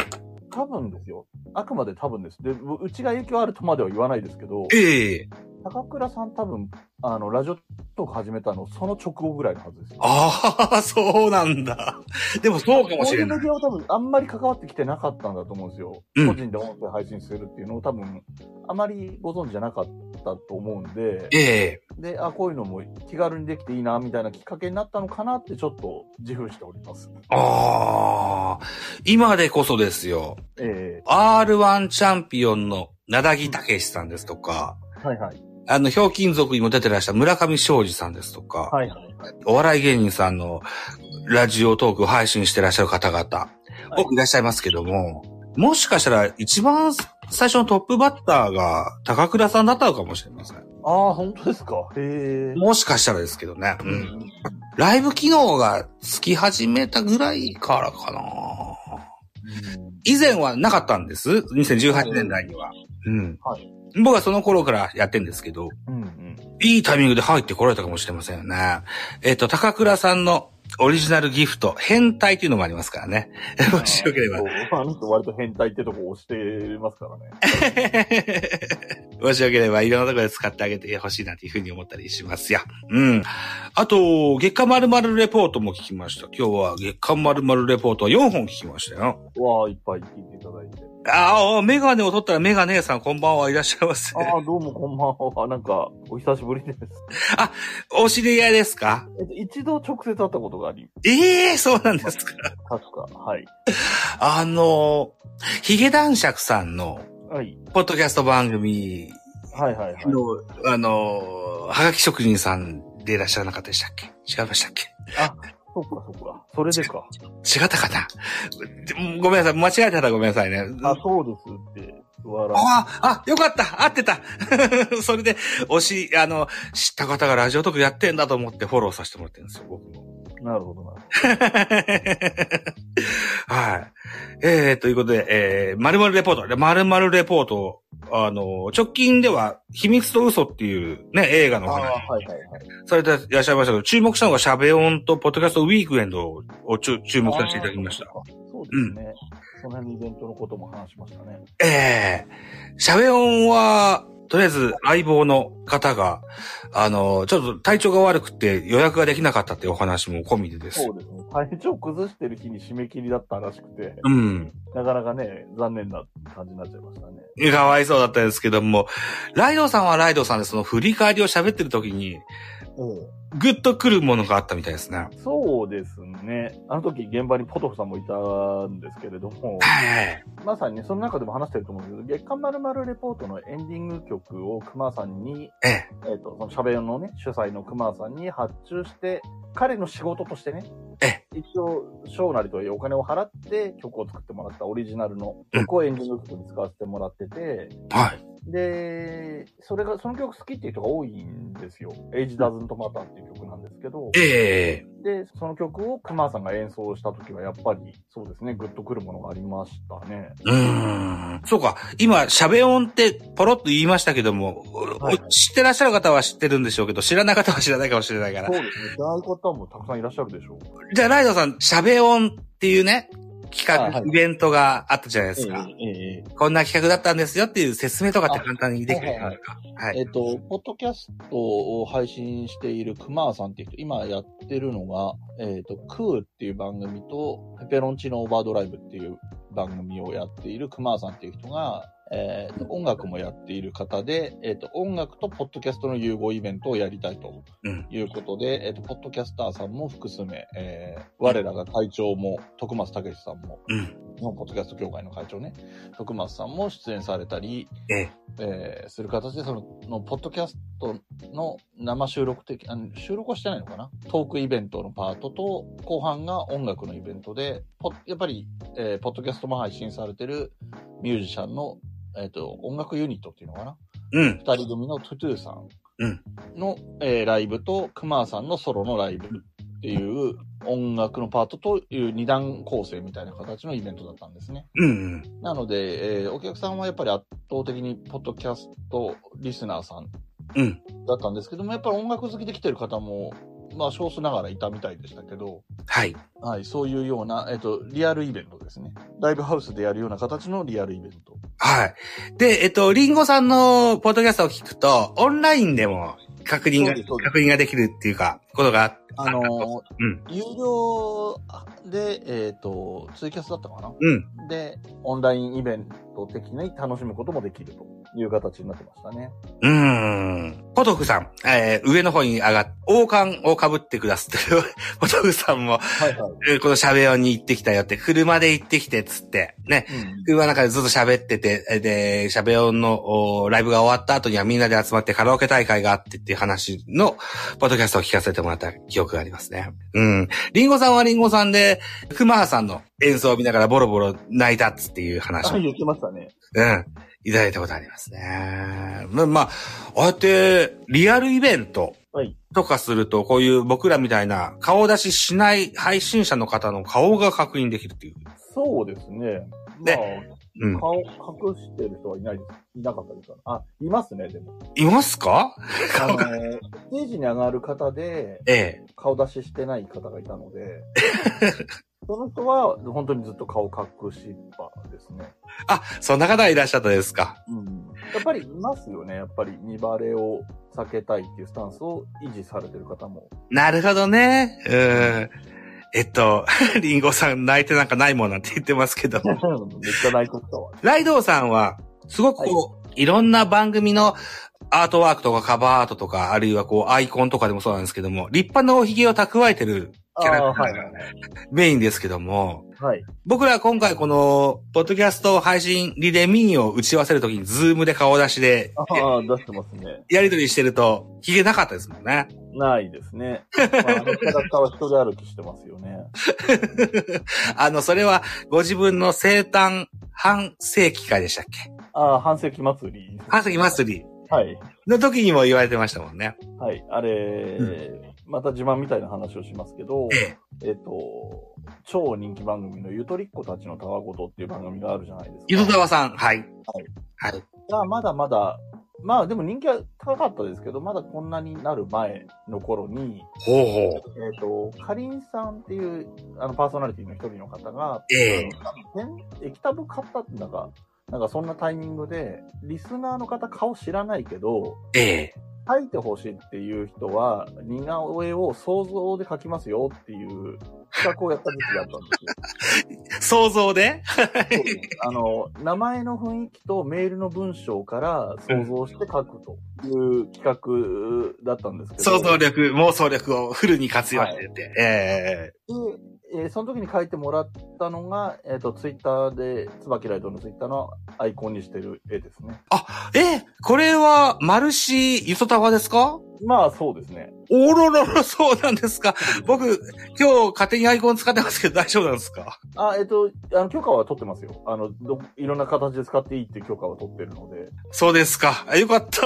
Speaker 2: 多分ですよ。あくまで多分です。で、ううちが影響あるとまでは言わないですけど、
Speaker 1: ええ
Speaker 2: 高倉さん多分、あの、ラジオトーク始めたの、その直後ぐらいのはずですよ。
Speaker 1: ああ、そうなんだ。でもそうかもしれな
Speaker 2: こう
Speaker 1: い。
Speaker 2: いうメディアは多分、あんまり関わってきてなかったんだと思うんですよ。
Speaker 1: うん
Speaker 2: 個人で音声配信するっていうのを多分、あまりご存知じゃなかったと思うんで、
Speaker 1: ええ
Speaker 2: で、あ、こういうのも気軽にできていいな、みたいなきっかけになったのかなってちょっと自負しております。
Speaker 1: ああ、今でこそですよ。
Speaker 2: え
Speaker 1: R1 チャンピオンの灘木武史さんですとか、
Speaker 2: えはいはい。
Speaker 1: あの、ひょうきん族にも出てらした村上昌司さんですとか、
Speaker 2: はいはい。
Speaker 1: お笑い芸人さんのラジオトークを配信してらっしゃる方々、
Speaker 2: い
Speaker 1: 多くいらっしゃいますけども、もしかしたら一番最初のトップバッターが高倉さんだったのかもしれません。
Speaker 2: ああ、本当ですか。へえ。
Speaker 1: もしかしたらですけどね。うん。ライブ機能がつき始めたぐらいからかな。以前はなかったんです。2018年代には。うん。
Speaker 2: は
Speaker 1: 僕はその頃からやってんですけど、
Speaker 2: うんうん。
Speaker 1: いいタイミングで入ってこられたかもしれませんよね。えっと、高倉さんのオリジナルギフト、変態っていうのもありますからね。 [laughs] もしよければ
Speaker 2: そう。あの人割と変態ってとこ押してますからね。
Speaker 1: もしよければ、いろんなところで使ってあげてほしいなというふうに思ったりしますよ。うん。あと、月間まるレポートも聞きました。今日は月間まるレポートは4本聞きましたよ。
Speaker 2: わあ、いっぱい聞いていただいて。
Speaker 1: ああ、メガネを取ったらメガネさんこんばんはいらっしゃいませ。
Speaker 2: ああ、どうもこんばんは。なんか、お久しぶりです。
Speaker 1: お知り合いですか
Speaker 2: えっと、一度直接会ったことがあり、
Speaker 1: ええそうなんですか。
Speaker 2: 確か。はい。
Speaker 1: あの、ヒゲ男爵さんの、
Speaker 2: はい。
Speaker 1: ポッドキャスト番組
Speaker 2: はいはいはい。
Speaker 1: の、あの、はがき職人さんでいらっしゃらなかったでしたっけ違いましたっけ
Speaker 2: そっかそっか。それでか。
Speaker 1: 違ったかなごめんなさい。間違えてたらごめんなさいね。
Speaker 2: あ、そうですって。笑う。
Speaker 1: ああ、よかった合ってた [laughs] それで、推し、あの、知った方がラジオトークやってんだと思ってフォローさせてもらってるんですよ、僕も。 [laughs]
Speaker 2: なるほどなるほど。
Speaker 1: はい。えー、ということで、えー、〇〇レポート。で〇〇レポート。あの、直近では、秘密と嘘っていうね、映画の
Speaker 2: ああ
Speaker 1: 話、
Speaker 2: はいはいはい。
Speaker 1: されていらっしゃいましたけど、注目したのがシャベオンとポッドキャストウィークエンドをちゅ注目させていただきました
Speaker 2: あ。ー。そうですね。その辺のイベントのことも話しましたね。
Speaker 1: ええシャベオンは、とりあえず相棒の方が、あの、ちょっと体調が悪くて予約ができなかったっていうお話も込みでです。
Speaker 2: そうですね。体調崩してる日に締め切りだったらしくて、
Speaker 1: うん。
Speaker 2: なかなかね、残念な感じになっちゃいましたね。
Speaker 1: かわいそうだったんですけども、ライドさんはライドさんでその振り返りを喋ってる時に、ぐっと来るものがあったみたいですね。
Speaker 2: そうですね。あの時現場にポトフさんもいたんですけれども、
Speaker 1: はい。
Speaker 2: まさにねその中でも話してると思うんですけど、月刊まるまるレポートのエンディング曲を熊さんに、
Speaker 1: ええ。
Speaker 2: えっ、と、そのしゃべりのね、主催の熊さんに発注して、彼の仕事としてね、
Speaker 1: ええ
Speaker 2: 一応、賞なりとはいえお金を払って曲を作ってもらったオリジナルの曲をエンディング曲に使わせてもらってて、
Speaker 1: はい。
Speaker 2: で、それが、その曲好きっていう人が多いんですよ。Age Doesn't Matter っていう曲なんですけど、
Speaker 1: ええ
Speaker 2: で、その曲を熊さんが演奏した時はやっぱり、そうですね、グッとくるものがありましたね。
Speaker 1: うーん。そうか。今、シャベオンってポロッと言いましたけども、
Speaker 2: はいはい
Speaker 1: 知ってらっしゃる方は知ってるんでしょうけど、知らない方は知らないかもしれないから
Speaker 2: そう。ですね、大方もたくさんいらっしゃるでしょう。
Speaker 1: じゃあ、ライドさん、シャベオンっていうね、企画、
Speaker 2: はいはい
Speaker 1: イベントがあったじゃないですか。
Speaker 2: え
Speaker 1: こんな企画だったんですよっていう説明とかって簡単にできるじゃないですか。は
Speaker 2: え
Speaker 1: い。
Speaker 2: っと、ポッドキャストを配信している熊さんっていう人、今やってるのが、えっ、と、クーっていう番組と、ペペロンチーノオーバードライブっていう番組をやっている熊さんっていう人が、えっと音楽もやっている方で、えっと音楽とポッドキャストの融合イベントをやりたいと
Speaker 1: うん
Speaker 2: いうことで、えっとポッドキャスターさんも複数名、えー我らが会長も徳松武史さんも
Speaker 1: うん。
Speaker 2: 日本ポッドキャスト協会の会長ね、徳松さんも出演されたり、
Speaker 1: ええ
Speaker 2: えーする形で、その、のポッドキャストの生収録的、あの収録はしてないのかなトークイベントのパートと、後半が音楽のイベントで、ポッやっぱり、えーポッドキャストも配信されてるミュージシャンの、えっ、と、音楽ユニットっていうのかな
Speaker 1: うん。
Speaker 2: 二人組のトゥトゥさん
Speaker 1: うん
Speaker 2: の、えーライブと、クマーさんのソロのライブっていう、音楽のパートという二段構成みたいな形のイベントだったんですね。
Speaker 1: うんうん。
Speaker 2: なので、えーお客さんはやっぱり圧倒的にポッドキャストリスナーさん
Speaker 1: うん。
Speaker 2: だったんですけども、やっぱり音楽好きで来てる方も、まあ少数ながらいたみたいでしたけど、
Speaker 1: はい。
Speaker 2: はい、そういうような、えっと、リアルイベントですね。ライブハウスでやるような形のリアルイベント。
Speaker 1: はい。で、えっと、リンゴさんのポッドキャストを聞くと、オンラインでも確認
Speaker 2: そ
Speaker 1: が、
Speaker 2: うですそうです
Speaker 1: 確認ができるっていうか、ことがあって。
Speaker 2: あのー
Speaker 1: うん。
Speaker 2: 有料で、えっ、と、ツイキャスだったかな
Speaker 1: うん。
Speaker 2: で、オンラインイベント的に楽しむこともできるという形になってましたね。
Speaker 1: うーん。ポトフさん、えー、上の方に上がっ、王冠を被ってくださってる。 [laughs] ポトフさんも、
Speaker 2: はいはい。
Speaker 1: えーこの喋音に行ってきたよって、車で行ってきてっつって、ね。車の中でずっと喋ってて、えで、喋音のおライブが終わった後にはみんなで集まってカラオケ大会があってっていう話の、ポッドキャストを聞かせてもらった記憶がありますね。うん。リンゴさんはリンゴさんで、熊ハさんの演奏を見ながらボロボロ泣いたっつっていう話
Speaker 2: は
Speaker 1: を
Speaker 2: い、言ってましたね。
Speaker 1: うん。いただいたことありますね。まあ、まあ、ああやって、リアルイベント
Speaker 2: はい
Speaker 1: とかすると、こういう僕らみたいな顔出ししない配信者の方の顔が確認できるっていう。
Speaker 2: そうですね。まあ、
Speaker 1: ねうん。
Speaker 2: 顔隠してる人はいないです。いなかったですから。あ、いますね、
Speaker 1: [laughs]
Speaker 2: でも。
Speaker 1: いますか
Speaker 2: あの、ステージに上がる方で、
Speaker 1: ええ。
Speaker 2: 顔出ししてない方がいたの
Speaker 1: [laughs]
Speaker 2: で、その人は本当にずっと顔隠しっぱですね。
Speaker 1: あ、そんな方がいらっしゃったですか。
Speaker 2: うんやっぱりいますよね。やっぱり見バレを避けたいっていうスタンスを維持されてる方 [laughs] も。
Speaker 1: なるほどね。うーん。えっと、 [laughs] リンゴさん泣いてなんかないもんなんて言ってますけど。
Speaker 2: めっちゃ泣いてたわ。
Speaker 1: ライドウさんは、すごくこう、い、ろんな番組のアートワークとかカバーアートとか、あるいはこう、アイコンとかでもそうなんですけども、立派なお髭を蓄えてるキャラクタ
Speaker 2: は
Speaker 1: ー
Speaker 2: い
Speaker 1: が。メインですけども、
Speaker 2: はい。
Speaker 1: 僕ら今回この、ポッドキャスト配信リレーミニを打ち合わせるときに、ズームで顔出しで、
Speaker 2: ああ、出してますね。
Speaker 1: やりとりしてると、髭なかったですもんね。
Speaker 2: ないですね。まあ、あのキャラクターは一人歩きしてますよね。
Speaker 1: あの、それは、ご自分の生誕半世紀会でしたっけ
Speaker 2: ああ、半世紀祭り。
Speaker 1: 半世紀祭り
Speaker 2: はい。
Speaker 1: の時にも言われてましたもんね。
Speaker 2: はい。あれ、また自慢みたいな話をしますけど、
Speaker 1: え
Speaker 2: えっと、超人気番組のゆとりっ子たちのたわごとっていう番組があるじゃないですか。
Speaker 1: ゆとたわさん、はい。はい。
Speaker 2: がまだまだ、まあでも人気は高かったですけど、まだこんなになる前の頃に、
Speaker 1: ほうほ
Speaker 2: えっ、と、かりんさんっていうあのパーソナリティの一人の方が、
Speaker 1: う。ええ
Speaker 2: あのペン液タブ買ったんだか、なんかそんなタイミングで、リスナーの方顔知らないけど、
Speaker 1: ええ
Speaker 2: 書いてほしいっていう人は、似顔絵を想像で描きますよっていう企画をやった時期があったんですよ。
Speaker 1: 想像で
Speaker 2: そうですあの、名前の雰囲気とメールの文章から想像して書くという企画だったんですけど。
Speaker 1: 想像力、妄想力をフルに活用してて。え
Speaker 2: で、えーその時に書いてもらったのが、えっ、と、ツイッターで、椿ライドのツイッターのアイコンにしてる絵ですね。
Speaker 1: ええこれは、マルシゆとたわですか
Speaker 2: まあ、そうですね。
Speaker 1: おろろろ、そうなんですか。僕、今日勝手にアイコン使ってますけど大丈夫なんですか
Speaker 2: あ、えっ、と、あの、許可は取ってますよ。あの、ど、いろんな形で使っていいっていう許可は取ってるので。で
Speaker 1: そうですか。あよか [laughs] った。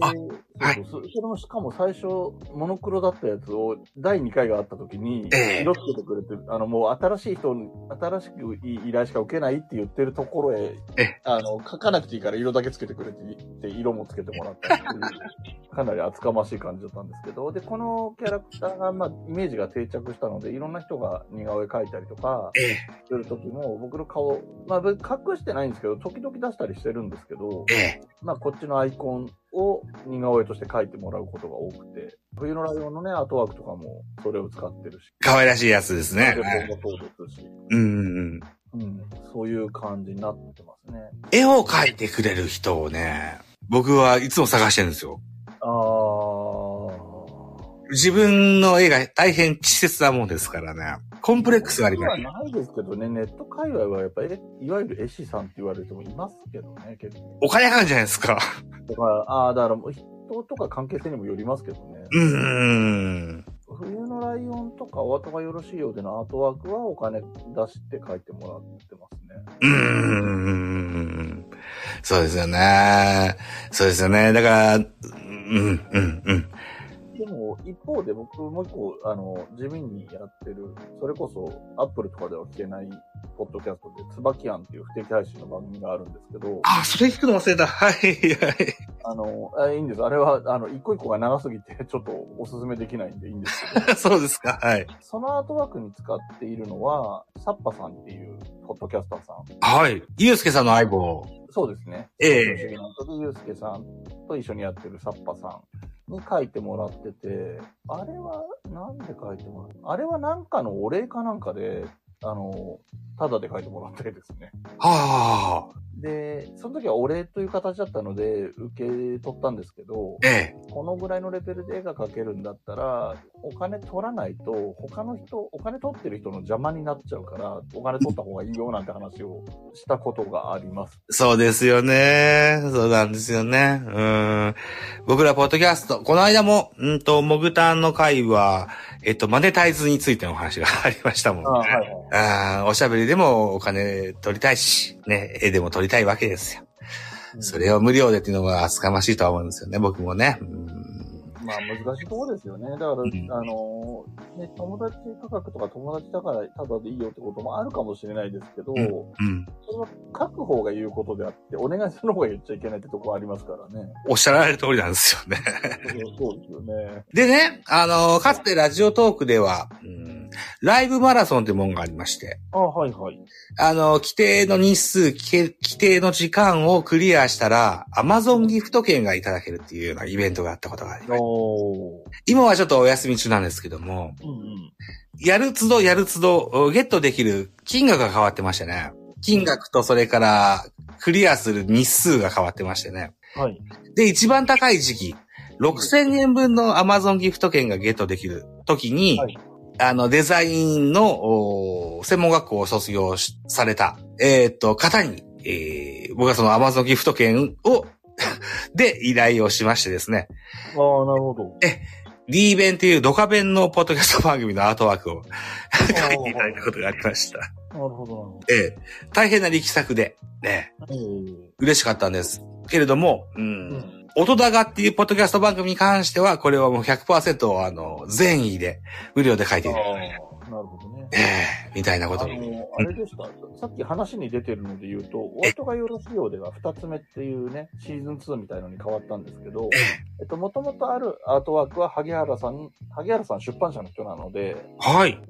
Speaker 1: あはい
Speaker 2: そうそうそれもしかも最初、モノクロだったやつを、第2回があった時に、
Speaker 1: ええ
Speaker 2: 色つけてくれて、あの、もう新しい人に、新しくいい依頼しか受けないって言ってるところへ、
Speaker 1: ええ
Speaker 2: あの、書かなくていいから色だけつけてくれて、で色もつけてもらったっ
Speaker 1: [laughs]
Speaker 2: ていう、かなり厚かましい感じだったんですけど、で、このキャラクターが、まあ、イメージが定着したので、いろんな人が似顔絵描いたりとか、
Speaker 1: ええ
Speaker 2: する時も、僕の顔、まあ、僕隠してないんですけど、時々出したりしてるんですけど、
Speaker 1: ええ
Speaker 2: まあ、こっちのアイコンを似顔絵として描いてもらうことが多くて、冬のライオンのね、アートワークとかもそれを使ってるし、
Speaker 1: 可愛らしいやつですね。
Speaker 2: ポケモンもそうですし、
Speaker 1: うんうん。
Speaker 2: うん、そういう感じになってますね。
Speaker 1: 絵を描いてくれる人をね、僕はいつも探してるんですよ。
Speaker 2: あー。
Speaker 1: 自分の絵が大変稚拙なもんですからね。コンプレックスがありま
Speaker 2: は
Speaker 1: す。
Speaker 2: ないですけどね、ネット界隈はやっぱり、えいわゆる絵師さんって言われる人もいますけどね、結構。
Speaker 1: お金かかるじゃないですか。
Speaker 2: だから、あーだからもう人とか関係性にもよりますけどね。
Speaker 1: うーん。
Speaker 2: 冬のライオンとか、お後がよろしいようでのアートワークはお金出して書いてもらってますね。
Speaker 1: うーん。そうですよね。そうですよね。だから、うん、うん、うん。
Speaker 2: でも、と、一方で僕もう一個、あの、地味にやってる、それこそ、アップルとかでは聞けない、ポッドキャストで、椿庵っていう不定期配信の番組があるんですけど、
Speaker 1: あ、それ聞くの忘れた。はい、はい。 [laughs]
Speaker 2: あの、あいいんです。あれは、あの、一個一個が長すぎて、 [laughs] ちょっとおすすめできないんでいいんですけど、
Speaker 1: そうですか。はい。
Speaker 2: そのアートワークに使っているのは、サッパさんっていう、ポッドキャスターさん。
Speaker 1: はい。ゆうすけさんの相棒。
Speaker 2: そうですね。
Speaker 1: え
Speaker 2: 不思
Speaker 1: え
Speaker 2: 議なことで、ゆうすけさんと一緒にやってるサッパさんに書いてもらってて、あれは、なんで書いてもらったあれはなんかのお礼かなんかで、あの、ただで書いてもらってですね。
Speaker 1: はあ。
Speaker 2: で、その時はお礼という形だったので、受け取ったんですけど、
Speaker 1: ええ
Speaker 2: このぐらいのレベルで絵が描けるんだったら、お金取らないと、他の人、お金取ってる人の邪魔になっちゃうから、お金取った方がいいよなんて話をしたことがあります。
Speaker 1: そうですよね。そうなんですよね。うん。僕ら、ポッドキャスト、この間も、うんと、モグタンの会は、えっと、マネタイズについてのお話がありましたもんね。
Speaker 2: あはいはい。
Speaker 1: あーおしゃべりでもお金取りたいし、ね、絵でも取りたいわけですよ。それを無料でっていうのが厚かましいとは思うんですよね、僕もね。うん
Speaker 2: まあ難しいところですよね。だから、
Speaker 1: ん
Speaker 2: あのーね、友達価格とか友達だからただでいいよってこともあるかもしれないですけど、
Speaker 1: うん。
Speaker 2: それは書く方が言うことであって、お願いする方が言っちゃいけないってところありますから
Speaker 1: [laughs]
Speaker 2: ね。
Speaker 1: おっしゃられる通りなんですよね。 [laughs]
Speaker 2: そうですよね。
Speaker 1: でね、あのかつてラジオトークでは、うん、ライブマラソンってもんがありまして、
Speaker 2: あはいはい。
Speaker 1: あの、規定の日数、規定規定の時間をクリアしたら、アマゾンギフト券がいただけるっていうようなイベントがあったことがあります。
Speaker 2: おー。
Speaker 1: 今はちょっとお休み中なんですけども、
Speaker 2: うんうん。
Speaker 1: やるつどやるつど、ゲットできる金額が変わってましたね。金額とそれから、クリアする日数が変わってましてね。
Speaker 2: はい。
Speaker 1: で、一番高い時期、6000円分の Amazon ギフト券がゲットできる時に、
Speaker 2: はい
Speaker 1: あの、デザインの、おー専門学校を卒業しされた、えーっと、方に、えー僕はその Amazon ギフト券を、 [laughs] で、依頼をしましてですね、
Speaker 2: ああ、なる
Speaker 1: [laughs]
Speaker 2: ほど。
Speaker 1: D 弁っていうドカ弁のポッドキャスト番組のアートワークを書いていただいたことがありました。
Speaker 2: なるほど
Speaker 1: ええ大変な力作で、ね、
Speaker 2: なるほど。え
Speaker 1: 嬉しかったんです。けれども、うん
Speaker 2: ー
Speaker 1: 音だがっていうポッドキャスト番組に関しては、これはもう100%あの、善意で、無料で書いている。
Speaker 2: なるほどね。
Speaker 1: ええみたいなこ
Speaker 2: あ
Speaker 1: と。
Speaker 2: の、あれでした。さっき話に出てるので言うと、お後がよろしいようでは2つ目っていうね、シーズン2みたいのに変わったんですけど、えっと、もともとあるアートワークは萩原さん、萩原さん出版社の人なので、
Speaker 1: はい。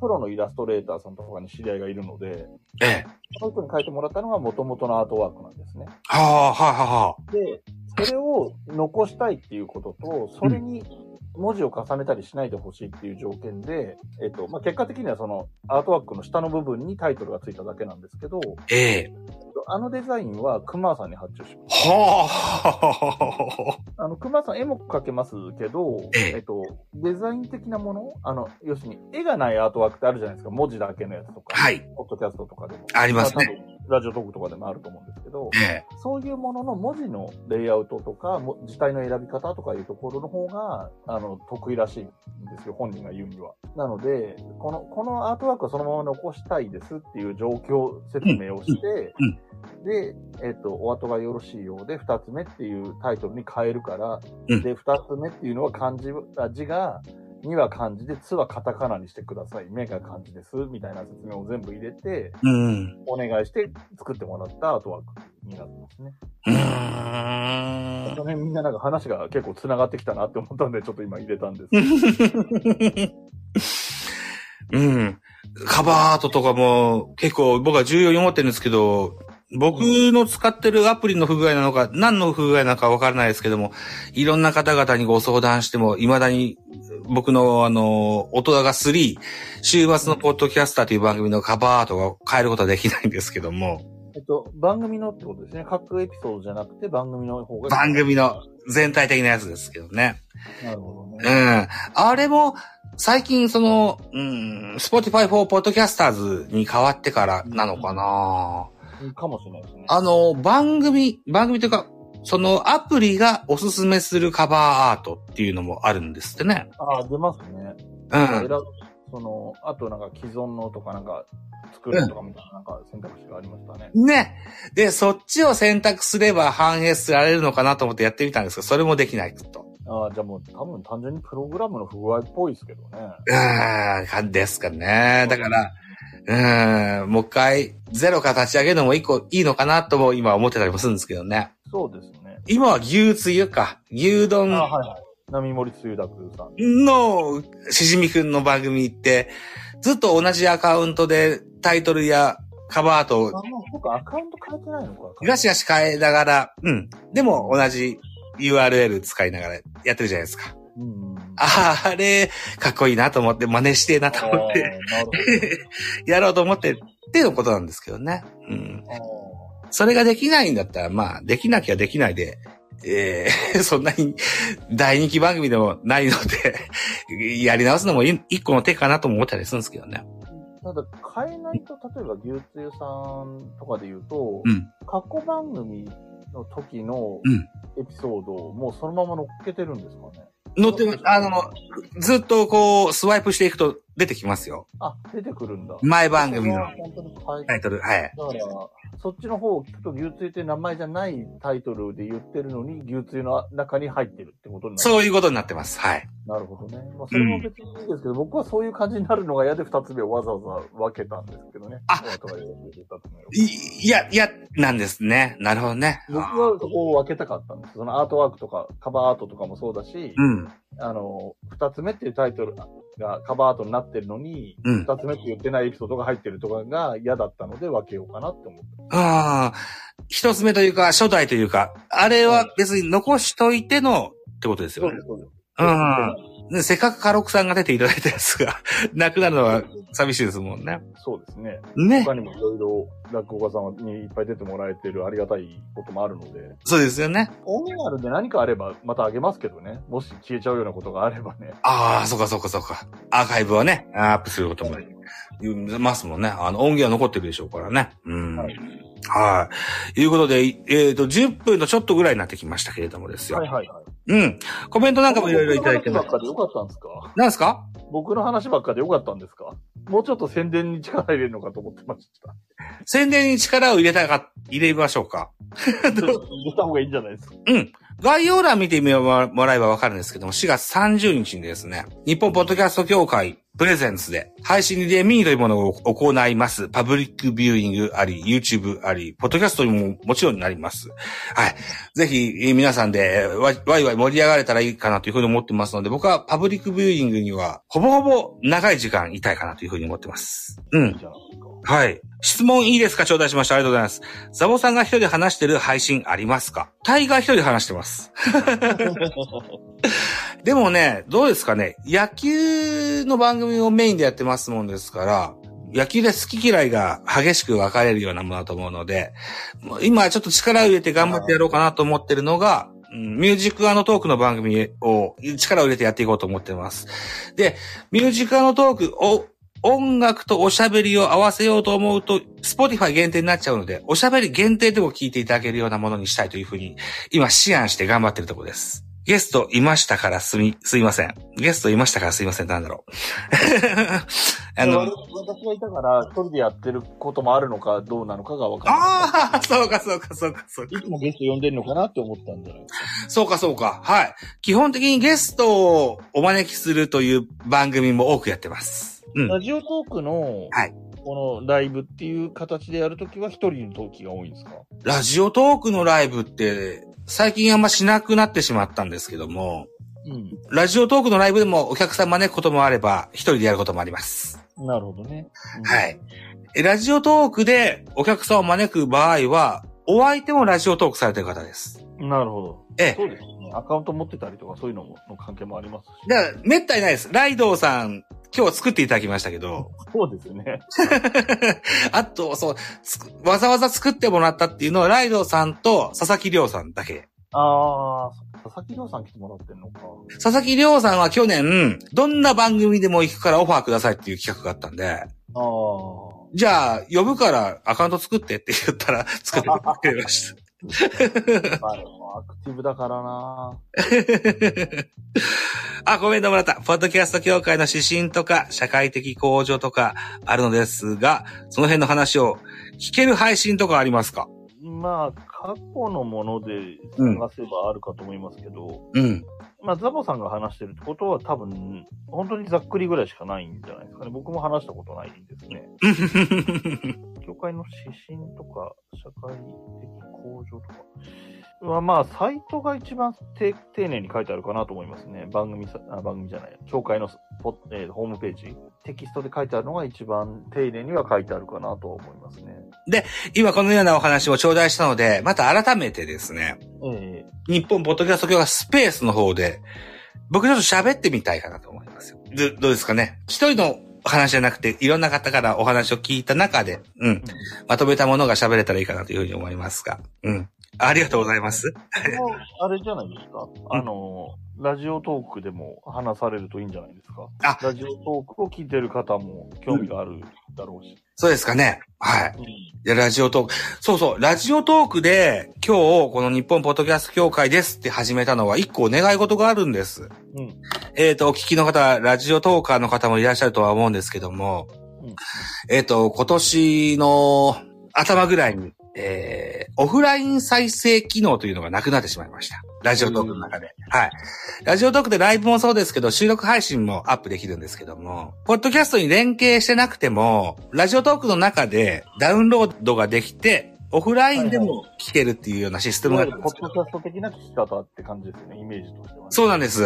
Speaker 2: プロのイラストレーターさんとかに知り合いがいるので、
Speaker 1: ええ
Speaker 2: その人に書いてもらったのがもともとのアートワークなんですね。
Speaker 1: はあ、はあ、は
Speaker 2: で、それを残したいっていうことと、それに文字を重ねたりしないでほしいっていう条件で、えっと、まあ、結果的にはそのアートワークの下の部分にタイトルがついただけなんですけど、
Speaker 1: あ。ええ
Speaker 2: あのデザインは熊さんに発注しまし
Speaker 1: はあ。 [laughs]
Speaker 2: た。あの、熊さん絵も描けますけど、
Speaker 1: ええ
Speaker 2: えっと、デザイン的なものあの、要するに絵がないアートワークってあるじゃないですか。文字だけのやつとか、
Speaker 1: はい。
Speaker 2: ポッドキャストとかでも。
Speaker 1: ありますね
Speaker 2: あ多分ラジオトークとかでもあると思うんですけど、
Speaker 1: ええ
Speaker 2: そういうものの文字のレイアウトとか、も字体の選び方とかいうところの方が、あの、得意らしいんですよ、本人が言うには。なので、この、このアートワークをそのまま残したいですっていう状況説明をして、で、えっ、と、お後がよろしいようで、二つ目っていうタイトルに変えるから、
Speaker 1: うん
Speaker 2: で、二つ目っていうのは漢字、あ字が、には漢字で、つはカタカナにしてください。目が漢字です。みたいな説明を全部入れて、
Speaker 1: うん。
Speaker 2: お願いして作ってもらったアートワークになってますね。
Speaker 1: うー
Speaker 2: こ
Speaker 1: ん。
Speaker 2: の辺みんななんか話が結構繋がってきたなって思ったんで、ちょっと今入れたんです
Speaker 1: う
Speaker 2: けど。
Speaker 1: んうん。カバーアートとかも結構僕は重要に思ってるんですけど、僕の使ってるアプリの不具合なのか、何の不具合なのかわからないですけども、いろんな方々にご相談しても、未だに僕のあの、大人が3、週末のポッドキャスターという番組のカバーアートを変えることはできないんですけども、
Speaker 2: えっと、番組のってことですね。各エピソードじゃなくて番組の方が。
Speaker 1: 番組の。全体的なやつですけどね。
Speaker 2: なるほど
Speaker 1: う
Speaker 2: ね。
Speaker 1: ん。あれも、最近その、うん、Spotify for Podcasters に変わってからなのかな、
Speaker 2: かもしれないですね。
Speaker 1: あの、番組、番組というか、そのアプリがおすすめするカバーアートっていうのもあるんですってね。
Speaker 2: あー、出ますね。
Speaker 1: う
Speaker 2: 選
Speaker 1: ん。
Speaker 2: ぶその、あとなんか既存のとかなんか作るとかみたいななんか選択肢がありましたね。
Speaker 1: ね。で、そっちを選択すれば反映されるのかなと思ってやってみたんですけど、それもできないと。
Speaker 2: ああ、じゃあもう多分単純にプログラムの不具合っぽいですけどね。
Speaker 1: ああ、ですかね。だから、うーん、もう一回、ゼロから立ち上げるのも一個いいのかなとも今思ってたりもするんですけどね。
Speaker 2: そうですね。
Speaker 1: 今は牛つゆか。牛丼
Speaker 2: ああはいはい。波森つゆだくさん。
Speaker 1: のしじみくんの番組って、ずっと同じアカウントでタイトルやカバーアートを
Speaker 2: あ、もう僕アカウント変えてないのか。
Speaker 1: ガシガシ変えながら、うん。でも同じ URL 使いながらやってるじゃないですか。
Speaker 2: うん。
Speaker 1: ああれ、かっこいいなと思って、真似してえなと
Speaker 2: あー、
Speaker 1: 思って、
Speaker 2: なるほ
Speaker 1: [laughs]
Speaker 2: ど。
Speaker 1: やろうと思ってっていうのことなんですけどね。うん。それができないんだったら、まあ、できなきゃできないで、えー [laughs] そんなに大人気番組でもないので、 [laughs] やり直すのもい一個の手かなとも思ったりするんですけどね。
Speaker 2: ただ変えないと、例えば牛つゆさんとかで言うと、
Speaker 1: うん
Speaker 2: 過去番組の時の
Speaker 1: うん
Speaker 2: エピソードをもうそのまま乗っけてるんですかね。
Speaker 1: 乗ってます、あの、ずっとこう、スワイプしていくと出てきますよ。
Speaker 2: あ、出てくるんだ。
Speaker 1: 前番組の
Speaker 2: 本当に変えて
Speaker 1: タイトル。はい。
Speaker 2: だから、そっちの方を聞くと、牛つゆって名前じゃないタイトルで言ってるのに、牛つゆの中に入ってるってことになる。
Speaker 1: そういうことになってます。はい。
Speaker 2: なるほどね。まあ、それも別にいいですけど、僕はそういう感じになるのが嫌で二つ目をわざわざ分けたんですけどね。
Speaker 1: あ
Speaker 2: とか言って二つ目を
Speaker 1: い、いや、いや、なんですね。なるほどね。
Speaker 2: 僕はそこを分けたかったんです。そのアートワークとか、カバーアートとかもそうだし、
Speaker 1: うん。
Speaker 2: あの、二つ目っていうタイトルがカバーアートになってるのに、
Speaker 1: うん。
Speaker 2: 二つ目って言ってないエピソードが入ってるとかが嫌だったので分けようかなって思って。
Speaker 1: ああ、一つ目というか、初代というか、あれは別に残しといてのってことですよね。
Speaker 2: そうです。
Speaker 1: うんね。せっかくカロクさんが出ていただいたやつが、 [laughs] なくなるのは寂しいですもんね。
Speaker 2: そうですね。
Speaker 1: ね。
Speaker 2: 他にもいろいろ落語家さんにいっぱい出てもらえてるありがたいこともあるので、
Speaker 1: そうですよね。
Speaker 2: オンエアで何かあればまたあげますけどね。もし消えちゃうようなことがあればね。
Speaker 1: ああ、そうかそうかそうか。アーカイブはね、アップすることもできますもんね。あの、音源は残ってるでしょうからね。うん。は
Speaker 2: はい
Speaker 1: い。いうことで、いえっ、と、10分のちょっとぐらいになってきましたけれどもですよ。
Speaker 2: はいはいはい。
Speaker 1: うん。コメントなんかもいろいろいただいて
Speaker 2: 僕の
Speaker 1: ま
Speaker 2: 話
Speaker 1: す
Speaker 2: ばっ。かでよかったんですか
Speaker 1: 何ですか
Speaker 2: 僕の話ばっかでよかったんですかもうちょっと宣伝に力入れるのかと思ってました。
Speaker 1: 宣伝に力を入れたか、入れましょうか。 [laughs]
Speaker 2: ちょっと入れた方がいいんじゃないですか。
Speaker 1: 概要欄見てみようもらえばわかるんですけども、4月30日にですね、日本ポッドキャスト協会プレゼンツで、配信でミーというものを行います。パブリックビューイングあり、YouTube あり、ポッドキャストにももちろんなります。はい。ぜひ、えー皆さんで、えーわわいわい盛り上がれたらいいかなというふうに思ってますので、僕はパブリックビューイングには、ほぼほぼ長い時間いたいかなというふうに思ってます。う
Speaker 2: い
Speaker 1: ん
Speaker 2: い。じゃないですか。
Speaker 1: はい。質問いいですか頂戴しました。ありがとうございます。ザボさんが一人で話してる配信ありますかタイが一人で話してます。でもね、どうですかね野球の番組をメインでやってますもんですから、野球で好き嫌いが激しく分かれるようなものだと思うので、もう今ちょっと力を入れて頑張ってやろうかなと思ってるのが、うんミュージックトークの番組を力を入れてやっていこうと思ってます。で、ミュージックトークを音楽とおしゃべりを合わせようと思うと、Spotify 限定になっちゃうので、おしゃべり限定でも聞いていただけるようなものにしたいというふうに、今、思案して頑張ってるところです。ゲストいましたからすみ、すいません。ゲストいましたからすいません。なんだろう。 [laughs] あの、
Speaker 2: 私がいたから、一人でやってることもあるのかどうなのかが分からない。
Speaker 1: ああ、そうかそうかそうかそうか。
Speaker 2: いつもゲスト呼んでるのかなって思ったんじゃないですか。
Speaker 1: そうかそうか。はい。基本的にゲストをお招きするという番組も多くやってます。うん。
Speaker 2: ラジオトークの、
Speaker 1: はい
Speaker 2: このライブっていう形でやるときは一人のトーキが多いんですか
Speaker 1: ラジオトークのライブって、最近あんましなくなってしまったんですけども、
Speaker 2: うん。
Speaker 1: ラジオトークのライブでもお客さん招くこともあれば、一人でやることもあります。
Speaker 2: なるほどね。
Speaker 1: はい。えラジオトークでお客さんを招く場合は、お相手もラジオトークされてる方です。
Speaker 2: うん。なるほど。
Speaker 1: ええ
Speaker 2: そうですね。アカウント持ってたりとかそういうのもの関係もありますし。
Speaker 1: だから、めったにないです。ライドウさん、今日作っていただきましたけど、 [laughs]
Speaker 2: そうですね。
Speaker 1: あと、そう、つくわざわざ作ってもらったっていうのは、ライドウさんと佐々木亮さんだけ。
Speaker 2: ああ、そっか佐々木亮さん来てもらってんのか。
Speaker 1: 佐々木亮さんは去年、どんな番組でも行くからオファーくださいっていう企画があったんで、
Speaker 2: ああ。
Speaker 1: じゃあ、呼ぶからアカウント作ってって言ったら、作ってくれました。
Speaker 2: まあでもアクティブだからな。
Speaker 1: あ、コメントもらった。ポッドキャスト協会の指針とか、社会的向上とかあるのですが、その辺の話を聞ける配信とかありますか
Speaker 2: まあ、過去のもので探せばあるかと思いますけど、
Speaker 1: うん。
Speaker 2: まあ、ザボさんが話してるってことは多分、本当にざっくりぐらいしかないんじゃないですかね。僕も話したことないんですね。教会の指針とか、社会的向上とか。はまあ、サイトが一番て丁寧に書いてあるかなと思いますね。番組さ、あ番組じゃない。教会のポッ、えーホームページ。テキストで書いてあるのが一番丁寧には書いてあるかなとは思いますね。
Speaker 1: [laughs] 今このようなお話を頂戴したので、また改めてですね、
Speaker 2: え
Speaker 1: 日本ポッドキャスト協会スペースの方で、僕ちょっと喋ってみたいかなと思いますよ。どどうですかね一人のお話じゃなくて、いろんな方からお話を聞いた中で、うん、まとめたものが喋れたらいいかなというふうに思いますが、うん。ありがとうございます。
Speaker 2: えもうあれじゃないですか。あの、ラジオトークでも話されるといいんじゃないですか。
Speaker 1: あ
Speaker 2: ラジオトークを聞いてる方も興味があるだろうし。
Speaker 1: そうですかねはい。で、ラジオトーク。そうそう、ラジオトークで、今日、この日本ポッドキャスト協会ですって始めたのは、一個お願い事があるんです。
Speaker 2: うん。
Speaker 1: えっ、と、お聞きの方、ラジオトーカーの方もいらっしゃるとは思うんですけども、
Speaker 2: うん
Speaker 1: えっ、と、今年の頭ぐらいに、えー、オフライン再生機能というのがなくなってしまいました。ラジオトークの中で。はい。ラジオトークでライブもそうですけど、収録配信もアップできるんですけども、ポッドキャストに連携してなくても、ラジオトークの中でダウンロードができて、オフラインでも聞けるっていうようなシステ
Speaker 2: い
Speaker 1: ム
Speaker 2: わ
Speaker 1: がある
Speaker 2: ゆ
Speaker 1: ん
Speaker 2: るポ
Speaker 1: で
Speaker 2: ッ
Speaker 1: す
Speaker 2: ドキャスト的な聞き方って感じですよね、イメージとしては、ね。
Speaker 1: そうなんです。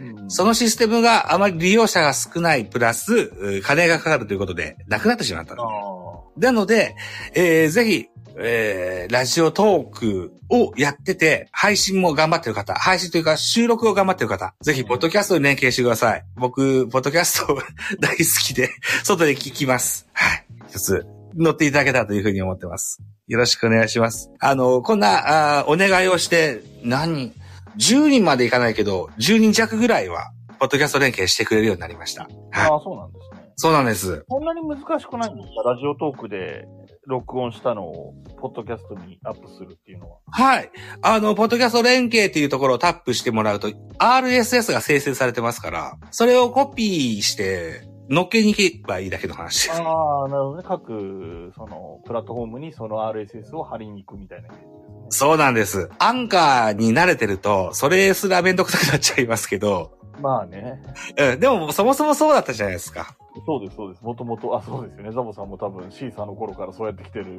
Speaker 2: うん
Speaker 1: そのシステムがあまり利用者が少ないプラス、う金がかかるということで、なくなってしまったんです。
Speaker 2: あ
Speaker 1: なので、えーぜひ、えーラジオトークをやってて、配信も頑張ってる方、配信というか収録を頑張ってる方、ぜひ、ポッドキャストに連携してください。僕、ポッドキャスト [laughs] 大好きで、外で聞きます。はい。一つ、乗っていただけたらというふうに思ってます。よろしくお願いします。あの、こんな、あーお願いをして、何人、10人までいかないけど、10人弱ぐらいは、ポッドキャスト連携してくれるようになりました。
Speaker 2: あ。
Speaker 1: はい。
Speaker 2: ああ、そうなんですね。
Speaker 1: そうなんです。
Speaker 2: こんなに難しくないんですかラジオトークで録音したのを、ポッドキャストにアップするっていうのは。
Speaker 1: はい。あの、ポッドキャスト連携っていうところをタップしてもらうと、RSS が生成されてますから、それをコピーして、乗っけに行けばいいだけの話です。
Speaker 2: ああ、なるほどね。各、その、プラットフォームにその RSS を貼りに行くみたいなイメージですね。
Speaker 1: そうなんです。アンカーに慣れてると、それすらめんどくさくなっちゃいますけど、
Speaker 2: まあね。
Speaker 1: うん、でもそもそもそうだったじゃないですか。
Speaker 2: そうです、そうです。もともと、あ、そうですよね。ザボさんも多分、シーサーの頃からそうやってきてる。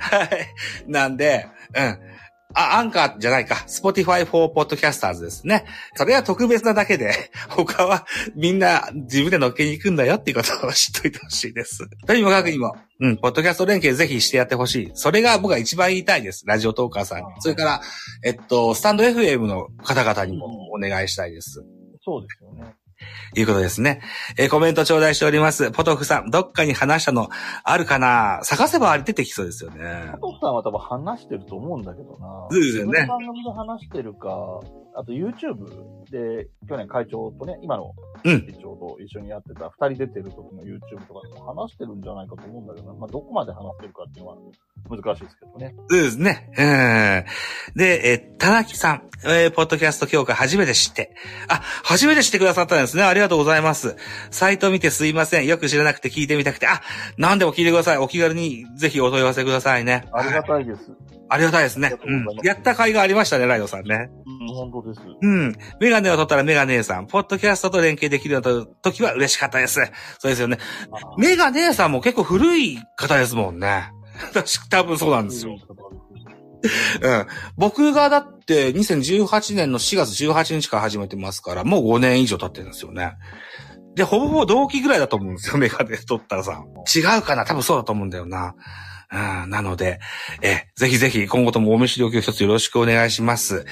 Speaker 1: はい。なんで、うん。あ、アンカーじゃないか。Spotify for Podcasters ですね。それは特別なだけで、 [laughs] 他はみんな自分で乗っけに行くんだよっていうことを知っといてほしいです。とにもかくにも、うん、ポッドキャスト連携ぜひしてやってほしい。それが僕は一番言いたいです。ラジオトーカーさんに。それから、えっと、スタンド FM の方々にもお願いしたいです。
Speaker 2: [laughs] そうですよね。
Speaker 1: いうことですね。えーコメント頂戴しております。ポトフさん、どっかに話したのあるかな探せばあれ出てきそうですよね
Speaker 2: 加。藤さんは多分話してると思うんだけどな。
Speaker 1: そうですよね
Speaker 2: 自分の番組で話してるか、あと YouTube で、去年会長とね、今の
Speaker 1: うん
Speaker 2: 会長と一緒にやってた、二人出てる時の YouTube とかでも話してるんじゃないかと思うんだけどな。まあ、どこまで話してるかっていうのは難しいですけどね。
Speaker 1: そうですね。うん。で、えー、田中さん、えーポッドキャスト協会初めて知って。あ、初めて知ってくださったんですね。ありがとうございます。サイト見てすいません。よく知らなくて聞いてみたくて。あ、何でも聞いてください。お気軽にぜひお問い合わせくださいね。
Speaker 2: ありがたいです。
Speaker 1: ありがたいですね。うん。やった甲斐がありましたね、ライドさんね。
Speaker 2: うん、本当です。
Speaker 1: うん。メガネを取ったらメガネさん。ポッドキャストと連携できるようになった時は嬉しかったです。そうですよね。メガネさんも結構古い方ですもんね。 [laughs] 私、多分そうなんですよ。うん。僕がだって2018年の4月18日から始めてますから、もう5年以上経ってるんですよね。で、ほぼほぼ同期ぐらいだと思うんですよ、メガネ取ったらさん。違うかな多分そうだと思うんだよな。うん、なので、え、ぜひぜひ今後ともお見知りおきを一つよろしくお願いします。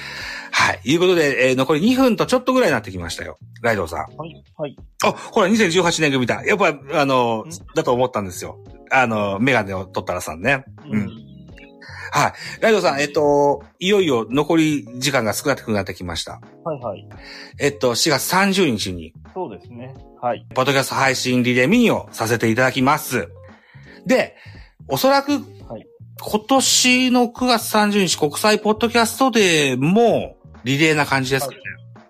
Speaker 1: はい。いうことで、えー残り2分とちょっとぐらいになってきましたよ。ライドウさん。
Speaker 2: はい、はい。
Speaker 1: あ、ほら、2018年組だ。やっぱ、あの、だと思ったんですよ。あの、メガネを取ったらさんね。うんライドさん、えっと、いよいよ残り時間が少なくなってきました。
Speaker 2: はい、はい。
Speaker 1: えっと、4月30日に、
Speaker 2: そうですね。はい。
Speaker 1: ポッドキャスト配信リレーミニをさせていただきます。で、おそらく、
Speaker 2: はい
Speaker 1: 今年の9月30日国際ポッドキャストデーも、リレーな感じですかね。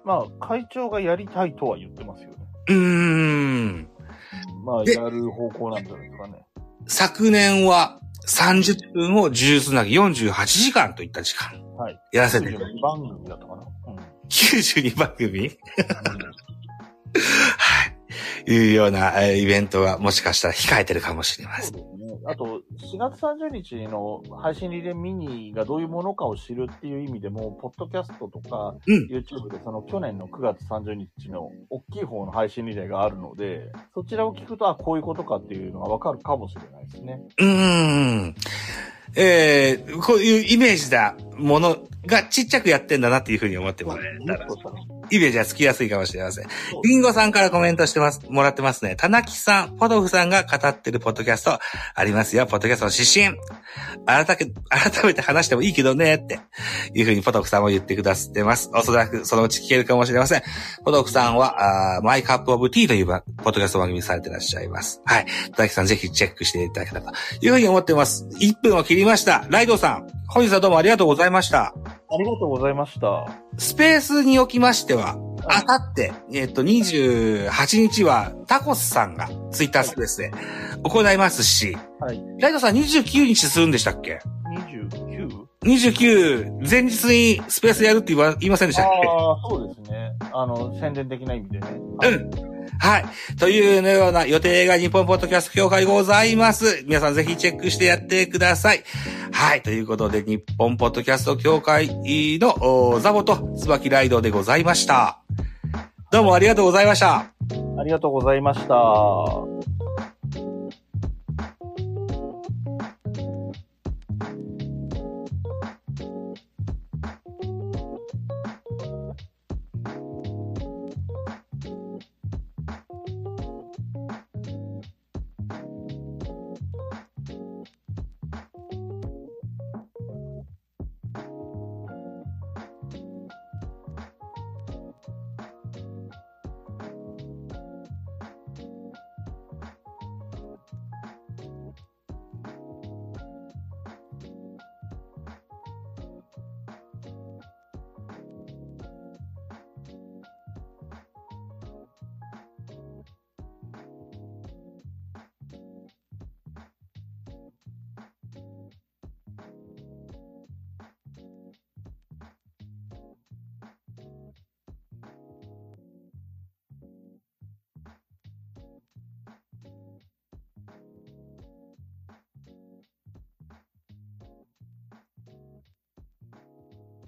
Speaker 2: まあ、会長がやりたいとは言ってますよね。
Speaker 1: うーん。
Speaker 2: まあ、
Speaker 1: で
Speaker 2: やる方向なんじゃないですかね。
Speaker 1: 昨年は30分を10つなぎ48時間といった時間、
Speaker 2: はい。
Speaker 1: やらせていただきます
Speaker 2: 92番組だったかな。うん。
Speaker 1: 92番組はい。いうようなえーイベントがもしかしたら控えてるかもしれませ
Speaker 2: そ
Speaker 1: ん
Speaker 2: う。ですね。あと、4月30日の配信リレーミニがどういうものかを知るっていう意味でも、ポッドキャストとか、
Speaker 1: うん
Speaker 2: YouTube でその去年の9月30日の大きい方の配信リレーがあるので、そちらを聞くと、あ、こういうことかっていうのがわかるかもしれないですね。
Speaker 1: うーん。えー、こういうイメージだものがちっちゃくやってんだなっていうふうに思ってもらえたら
Speaker 2: もっ、とさ
Speaker 1: イメージはつきやすいかもしれません。リンゴさんからコメントしてます、もらってますね。田中さん、ポドフさんが語ってるポッドキャストありますよ。ポッドキャストの指針。改め改めて話してもいいけどねっていうふうにポトフさんも言ってくださってます。おそらくそのうち聞けるかもしれません。ポトフさんは、あーマイカップオブティーというばポッドキャスト番組にされてらっしゃいます。はい。田中さんぜひチェックしていただけたらというふうに思ってます。1分を切りました。ライドさん、本日はどうもありがとうございました。
Speaker 2: ありがとうございました。
Speaker 1: スペースにおきましては、あさって、えっと、28日はタコスさんがツイッタースペースで行いますし、
Speaker 2: はい。
Speaker 1: ライドさん29日するんでしたっけ
Speaker 2: 29?
Speaker 1: ?29、前日にスペースやるって言わ言いませんでしたっけ
Speaker 2: ああ、そうですね。あの、宣伝的な意味でね。
Speaker 1: うん。はい。というのような予定が日本ポッドキャスト協会ございます。皆さんぜひチェックしてやってください。はい。ということで、日本ポッドキャスト協会のおーザボと椿ライドでございました。どうもありがとうございました。
Speaker 2: ありがとうございました。